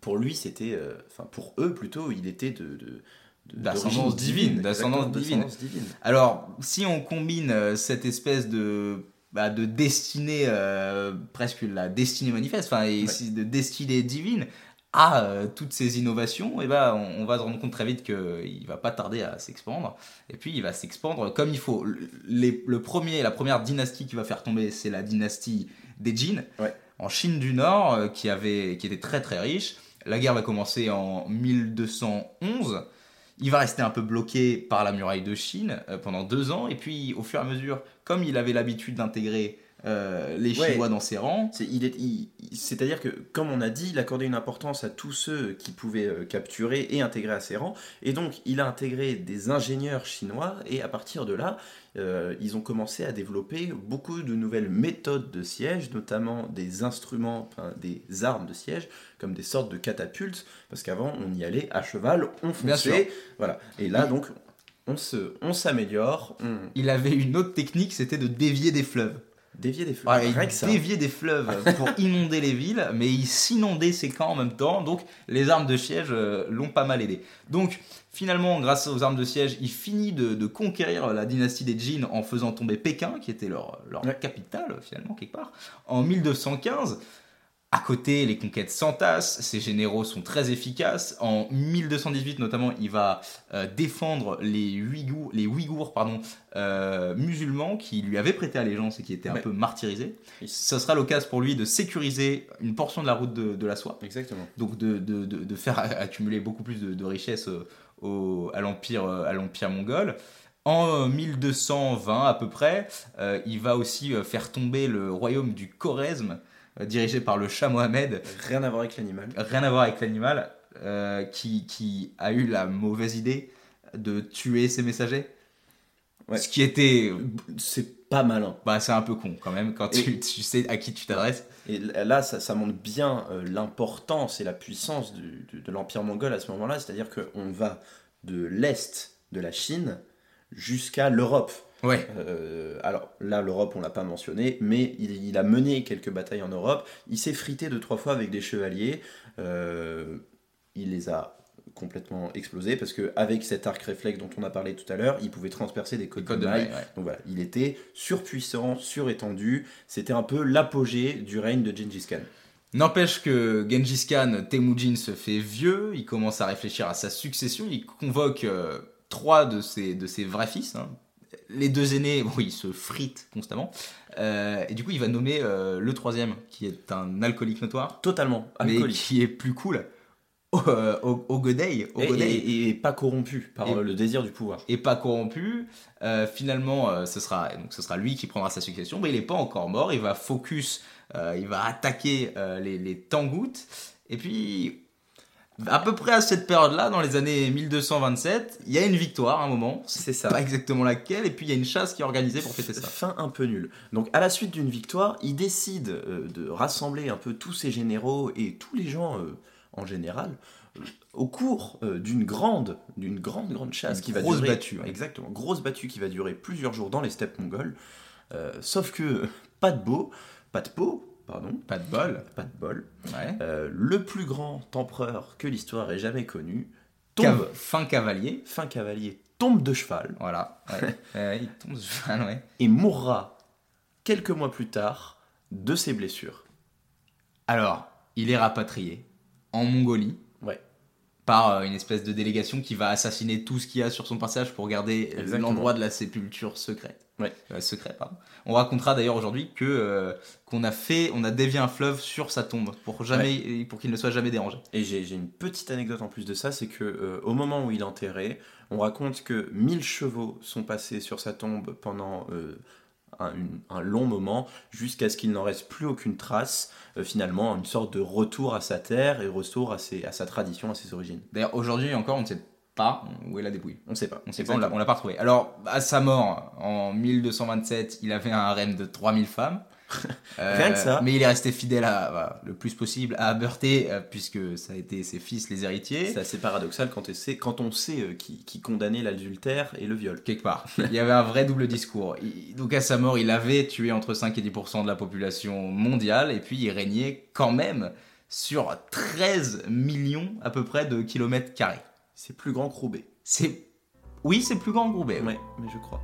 Speaker 1: Pour lui, c'était. euh, Enfin, pour eux plutôt, il était de. de de-
Speaker 2: D'ascendance
Speaker 1: d'origine
Speaker 2: divine, d'ascendance
Speaker 1: exactement,
Speaker 2: divine.
Speaker 1: d'ascendance divine.
Speaker 2: Alors si on combine euh, cette espèce de bah, de destinée euh, presque la destinée manifeste, enfin et
Speaker 1: Ouais.
Speaker 2: si- de destinée divine à euh, toutes ces innovations, et ben on, on va se rendre compte très vite qu'il va pas tarder à s'expandre. Et puis il va s'expandre comme il faut. Le, les- le premier, la première dynastie qui va faire tomber, c'est la dynastie des Jin,
Speaker 1: Ouais.
Speaker 2: en Chine du Nord, euh, qui, avait, qui était très très riche. La guerre va commencer en 1211. Il va rester un peu bloqué par la muraille de Chine euh, pendant deux ans. Et puis au fur et à mesure, comme il avait l'habitude d'intégrer euh, les
Speaker 1: Ouais.
Speaker 2: Chinois dans ses rangs.
Speaker 1: C'est, il est, il- il- c'est-à-dire que, comme on a dit, il accordait une importance à tous ceux qui pouvaient euh, capturer et intégrer à ses rangs. Et donc, il a intégré des ingénieurs chinois. Et à partir de là, euh, ils ont commencé à développer beaucoup de nouvelles méthodes de siège, notamment des instruments, enfin, des armes de siège, comme des sortes de catapultes. Parce qu'avant, on y allait à cheval, on
Speaker 2: Bien sûr.
Speaker 1: fonçait. Voilà. Et là, donc, on, se, on s'améliore, on
Speaker 2: Il avait une autre technique, c'était de dévier des fleuves.
Speaker 1: déviait des feux.
Speaker 2: Voilà, il
Speaker 1: Rien que ça.
Speaker 2: déviait des fleuves pour inonder les villes, mais il s'inondait ses camps en même temps, donc les armes de siège euh, l'ont pas mal aidé. Donc finalement, grâce aux armes de siège, il finit de, de conquérir la dynastie des Jin en faisant tomber Pékin, qui était leur, leur
Speaker 1: Ouais.
Speaker 2: capitale finalement quelque part, en 1215. À côté, les conquêtes s'entassent, ses généraux sont très efficaces. En 1218 notamment, il va euh, défendre les Ouïghours, les Ouïghours pardon, euh, musulmans qui lui avaient prêté allégeance et qui étaient un
Speaker 1: Ouais.
Speaker 2: peu martyrisés.
Speaker 1: Il-
Speaker 2: Ce sera l'occasion pour lui de sécuriser une portion de la route de, de la soie,
Speaker 1: Exactement.
Speaker 2: donc de, de- de- de faire accumuler beaucoup plus de, de richesses euh, au- à l'empire euh, à l'empire mongol. En euh, 1220 à peu près, euh, il va aussi euh, faire tomber le royaume du Khorezm, euh, dirigé par le Shah Mohammed,
Speaker 1: Rien à voir avec l'animal.
Speaker 2: rien à voir avec l'animal, euh, qui, qui a eu la mauvaise idée de tuer ses messagers.
Speaker 1: Ouais.
Speaker 2: Ce qui était...
Speaker 1: C'est pas malin.
Speaker 2: Bah, c'est un peu con quand même quand
Speaker 1: Et-
Speaker 2: tu, tu sais à qui tu t'adresses.
Speaker 1: Et là, ça, ça montre bien euh, l'importance et la puissance du- du- de l'Empire mongol à ce moment-là, c'est-à-dire qu'on va de l'Est de la Chine jusqu'à l'Europe.
Speaker 2: Ouais.
Speaker 1: Euh, alors là, l'Europe, on l'a pas mentionné, mais il, il a mené quelques batailles en Europe, il s'est frité deux, trois fois avec des chevaliers, euh, il les a complètement explosés, parce qu'avec cet arc réflexe dont on a parlé tout à l'heure, il pouvait transpercer des côtes
Speaker 2: Code
Speaker 1: de
Speaker 2: de
Speaker 1: mailles
Speaker 2: maille, ouais.
Speaker 1: donc voilà, Bah, il était surpuissant, surétendu. C'était un peu l'apogée du règne de Gengis Khan.
Speaker 2: N'empêche que Genghis Khan, Temujin se fait vieux, il commence à réfléchir à sa succession, il convoque euh, trois de ses, de ses vrais fils. hein. Les deux aînés, bon, ils se fritent constamment. Euh, et du coup, il va nommer euh, le troisième, qui est un alcoolique notoire,
Speaker 1: Totalement
Speaker 2: mais
Speaker 1: alcoolique.
Speaker 2: qui est plus cool, euh, O- Ogodei.
Speaker 1: Et,
Speaker 2: Ogodei.
Speaker 1: et- et pas corrompu par euh,
Speaker 2: Et-
Speaker 1: le désir du pouvoir.
Speaker 2: et pas corrompu. Euh, finalement, euh, ce, sera, donc, ce sera lui qui prendra sa succession, mais il n'est pas encore mort. Il va focus, euh, il va attaquer euh, les, les Tangoutes. Et puis, à peu près à cette période-là, dans les années 1227, il y a une victoire à un moment. C'est
Speaker 1: C'est ça.
Speaker 2: pas exactement laquelle, et puis il y a une chasse qui est organisée pour fêter ça.
Speaker 1: Fin un peu nulle. Donc à la suite d'une victoire, il décide euh, de rassembler un peu tous ses généraux et tous les gens euh, en général euh, au cours euh, d'une grande, d'une grande, grande chasse
Speaker 2: Une
Speaker 1: qui va
Speaker 2: grosse
Speaker 1: durer
Speaker 2: battue, hein.
Speaker 1: exactement, grosse battue qui va durer plusieurs jours dans les steppes mongoles. Euh, sauf que pas de beau, pas de peau, pardon,
Speaker 2: Pas de bol.
Speaker 1: pas de bol.
Speaker 2: Ouais.
Speaker 1: Euh, le plus grand empereur que l'histoire ait jamais connu, tombe,
Speaker 2: Cav- fin cavalier.
Speaker 1: fin cavalier, tombe de cheval
Speaker 2: Voilà. Ouais. Euh, il tombe de cheval, ouais.
Speaker 1: et mourra quelques mois plus tard de ses blessures.
Speaker 2: Alors, il est rapatrié en Mongolie
Speaker 1: Ouais.
Speaker 2: par euh, une espèce de délégation qui va assassiner tout ce qu'il y a sur son passage pour garder euh,
Speaker 1: Exactement.
Speaker 2: l'endroit de la sépulture secrète.
Speaker 1: Ouais.
Speaker 2: Euh, secret, pardon. On racontera d'ailleurs aujourd'hui que euh, qu'on a fait, on a dévié un fleuve sur sa tombe pour jamais, pour qu'il ne soit jamais dérangé.
Speaker 1: Et j'ai j'ai une petite anecdote en plus de ça, c'est que euh, au moment où il est enterré, on raconte que 1000 chevaux sont passés sur sa tombe pendant euh, un, une- un long moment, jusqu'à ce qu'il n'en reste plus aucune trace, euh, finalement une sorte de retour à sa terre et retour à, ses- à sa tradition, à ses origines.
Speaker 2: D'ailleurs, aujourd'hui encore, on ne sait pas où est la dépouille.
Speaker 1: On ne sait pas.
Speaker 2: On sait pas, on l'a- on l'a pas retrouvé. Alors, à sa mort, en 1227, il avait un harem de 3000 femmes. Euh,
Speaker 1: Rien que ça.
Speaker 2: Mais il est resté fidèle à, bah, le plus possible à Aberté, euh, puisque ça a été ses fils les héritiers.
Speaker 1: C'est assez paradoxal quand, on sait- quand on sait euh, qui, qui condamnait l'adultère et le viol.
Speaker 2: Quelque part. Il y avait un vrai double discours. Il- donc, à sa mort, il avait tué entre 5 et 10% de la population mondiale, et puis il régnait quand même sur 13 millions à peu près de kilomètres carrés.
Speaker 1: C'est plus grand que Roubaix.
Speaker 2: C'est. Oui, c'est plus grand que Roubaix.
Speaker 1: Ouais, mais je crois.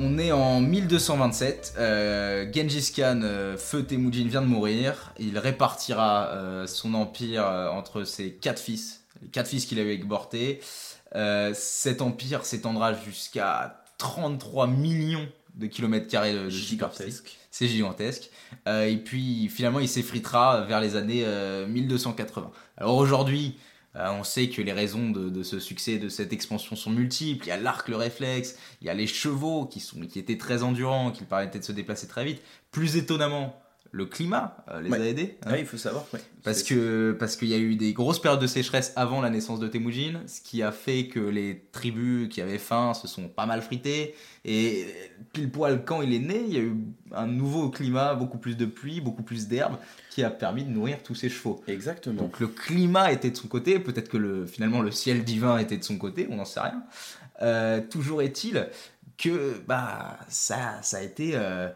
Speaker 2: On est en 1227. euh, Gengis Khan, euh, feu Temujin, vient de mourir. Il répartira euh, son empire euh, entre ses quatre fils, les quatre fils qu'il avait Euh, exportés. cet empire s'étendra jusqu'à 33 millions de kilomètres carrés de, de superficie.
Speaker 1: Gigantesque.
Speaker 2: C'est gigantesque. Euh, et puis finalement, il s'effritera vers les années euh, 1280. Alors aujourd'hui, euh, on sait que les raisons de, de ce succès, de cette expansion sont multiples. Il y a l'arc, le réflexe, il y a les chevaux qui, sont, qui étaient très endurants, qui permettaient de se déplacer très vite. Plus étonnamment, le climat euh, les
Speaker 1: Ouais.
Speaker 2: a aidés. hein.
Speaker 1: Ah, il faut savoir, ouais.
Speaker 2: Parce
Speaker 1: C'est-
Speaker 2: que parce qu'il y a eu des grosses périodes de sécheresse avant la naissance de Temujin, ce qui a fait que les tribus qui avaient faim se sont pas mal fritées. Et pile poil quand il est né, il y a eu un nouveau climat, beaucoup plus de pluie, beaucoup plus d'herbe, qui a permis de nourrir tous ces chevaux.
Speaker 1: Exactement.
Speaker 2: Donc le climat était de son côté, peut-être que le, finalement le ciel divin était de son côté, on n'en sait rien. Euh, toujours est-il que bah ça, ça a été euh,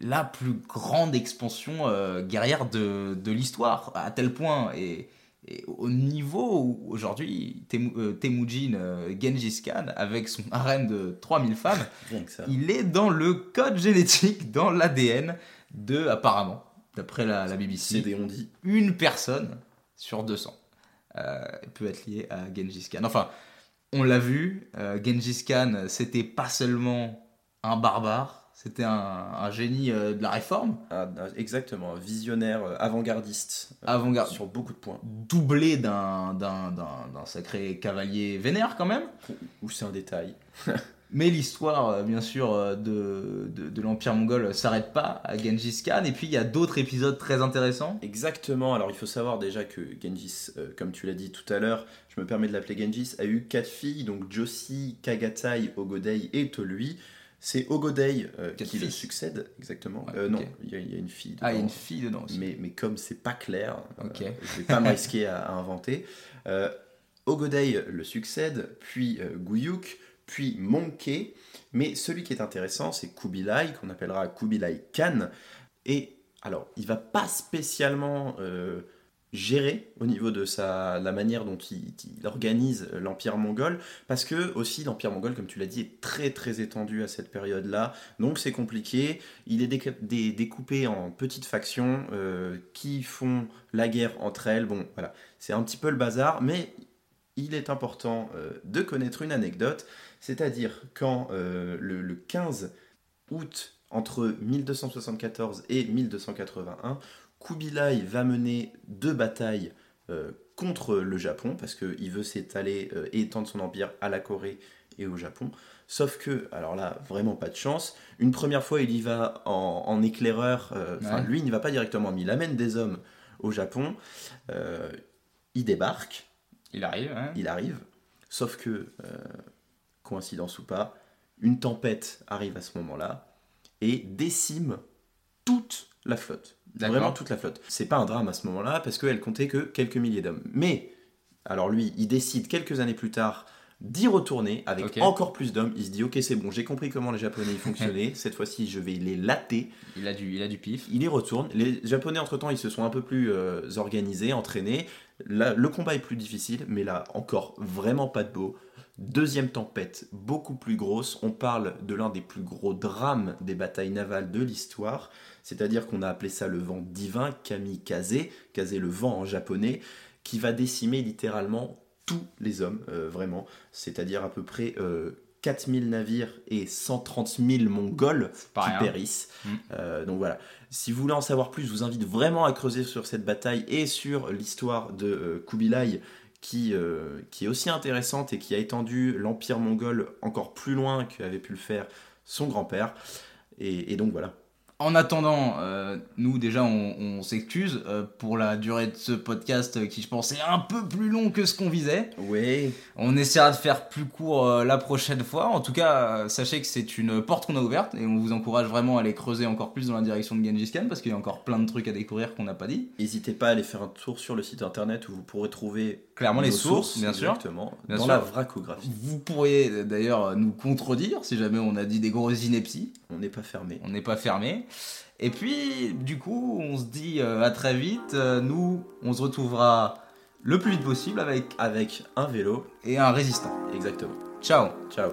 Speaker 2: la plus grande expansion euh, guerrière de, de l'histoire, à tel point et, et au niveau où aujourd'hui Temu- euh, Temujin euh, Gengis Khan, avec son harem de 3000 femmes,
Speaker 1: Rien que ça.
Speaker 2: il est dans le code génétique, dans l'ADN de, apparemment, d'après la, la BBC
Speaker 1: C'est des ondits.
Speaker 2: une personne sur 200 euh, peut être liée à Genghis Khan. Enfin, on l'a vu, euh, Genghis Khan, c'était pas seulement un barbare, c'était un, un génie euh, de la réforme,
Speaker 1: Ah, ah, exactement. un Visionnaire, euh, avant-gardiste. euh,
Speaker 2: avant-garde,
Speaker 1: Sur beaucoup de points.
Speaker 2: doublé d'un- d'un d'un- d'un sacré cavalier vénère quand même.
Speaker 1: Ou c'est un détail.
Speaker 2: Mais l'histoire, euh, bien sûr, euh, de, de, de l'Empire mongol euh, s'arrête pas à Genghis Khan, et puis il y a d'autres épisodes très intéressants.
Speaker 1: Exactement, alors il faut savoir déjà que Genghis, euh, comme tu l'as dit tout à l'heure, je me permets de l'appeler Genghis, a eu quatre filles, donc Josie, Kagatai, Ogodei et Tolui. C'est Ogodei euh,
Speaker 2: Quatre
Speaker 1: qui le
Speaker 2: fils.
Speaker 1: succède, exactement.
Speaker 2: Ouais,
Speaker 1: Euh,
Speaker 2: ok.
Speaker 1: Non, il y, a- il y a une fille.
Speaker 2: Ah, il y a une
Speaker 1: dedans.
Speaker 2: fille dedans aussi.
Speaker 1: mais, mais comme c'est pas clair, euh,
Speaker 2: Ok.
Speaker 1: je vais pas me risquer à, à inventer. Euh, Ogodei le succède, puis euh, Guyuk, puis Monkey. Mais celui qui est intéressant, c'est Kubilai, qu'on appellera Kubilai Khan. Et alors, il va pas spécialement euh, gérer au niveau de sa, la manière dont il, il organise l'Empire mongol, parce que aussi l'Empire mongol, comme tu l'as dit, est très très étendu à cette période-là, donc c'est compliqué. Il est déca- dé- découpé en petites factions euh, qui font la guerre entre elles. Bon, voilà, c'est un petit peu le bazar, mais il est important euh, de connaître une anecdote, c'est-à-dire quand euh, le, le 15 août entre 1274 et 1281, Kubilai va mener deux batailles euh, contre le Japon parce qu'il veut s'étaler euh, et étendre son empire à la Corée et au Japon. Sauf que, alors là, vraiment pas de chance. Une première fois, il y va en, en éclaireur. euh, Enfin,
Speaker 2: Ouais.
Speaker 1: lui, il n'y va pas directement, mais il amène des hommes au Japon. Euh, il débarque
Speaker 2: Il arrive, hein.
Speaker 1: il arrive. Sauf que, euh, coïncidence ou pas, une tempête arrive à ce moment-là et décime toute la flotte.
Speaker 2: D'accord.
Speaker 1: Vraiment toute la flotte. C'est pas un drame à ce moment-là parce qu'elle comptait que quelques milliers d'hommes. Mais, alors lui, il décide quelques années plus tard d'y retourner avec
Speaker 2: Ok.
Speaker 1: encore plus d'hommes. Il se dit Ok, c'est bon, j'ai compris comment les Japonais y fonctionnaient. Cette fois-ci, je vais les latter.
Speaker 2: Il a du, il a du pif.
Speaker 1: Il y retourne. Les Japonais, entre-temps, ils se sont un peu plus euh, organisés, entraînés. Là, le combat est plus difficile, mais là, encore, vraiment pas de beau. Deuxième tempête, beaucoup plus grosse. On parle de l'un des plus gros drames des batailles navales de l'histoire. C'est-à-dire qu'on a appelé ça le vent divin, kamikaze, kaze le vent en japonais, qui va décimer littéralement tous les hommes, euh, vraiment. C'est-à-dire à peu près euh, 4000 navires et 130 000 mongols
Speaker 2: C'est
Speaker 1: qui
Speaker 2: pas rien.
Speaker 1: périssent.
Speaker 2: Mm.
Speaker 1: Euh, donc voilà. Si vous voulez en savoir plus, je vous invite vraiment à creuser sur cette bataille et sur l'histoire de euh, Kubilai, qui, euh, qui est aussi intéressante et qui a étendu l'empire mongol encore plus loin qu'avait pu le faire son grand-père. Et, et donc voilà.
Speaker 2: En attendant, euh, nous déjà on, on s'excuse euh, pour la durée de ce podcast euh, qui je pense est un peu plus long que ce qu'on visait.
Speaker 1: Oui.
Speaker 2: On essaiera de faire plus court euh, la prochaine fois. En tout cas, euh, sachez que c'est une porte qu'on a ouverte et on vous encourage vraiment à aller creuser encore plus dans la direction de Genghis Khan parce qu'il y a encore plein de trucs à découvrir qu'on n'a pas dit.
Speaker 1: N'hésitez pas à aller faire un tour sur le site internet où vous pourrez trouver
Speaker 2: Clairement les
Speaker 1: nos
Speaker 2: sources, bien sûr.
Speaker 1: exactement,
Speaker 2: Bien
Speaker 1: dans
Speaker 2: sûr.
Speaker 1: la vracographie.
Speaker 2: Vous pourriez euh, d'ailleurs euh, nous contredire si jamais on a dit des grosses inepties.
Speaker 1: On n'est pas fermé.
Speaker 2: on n'est pas fermé. Et puis, du coup, on se dit euh, à très vite. Euh, nous, on se retrouvera le plus vite possible avec
Speaker 1: Avec un vélo,
Speaker 2: et un résistant.
Speaker 1: exactement.
Speaker 2: Ciao
Speaker 1: Ciao.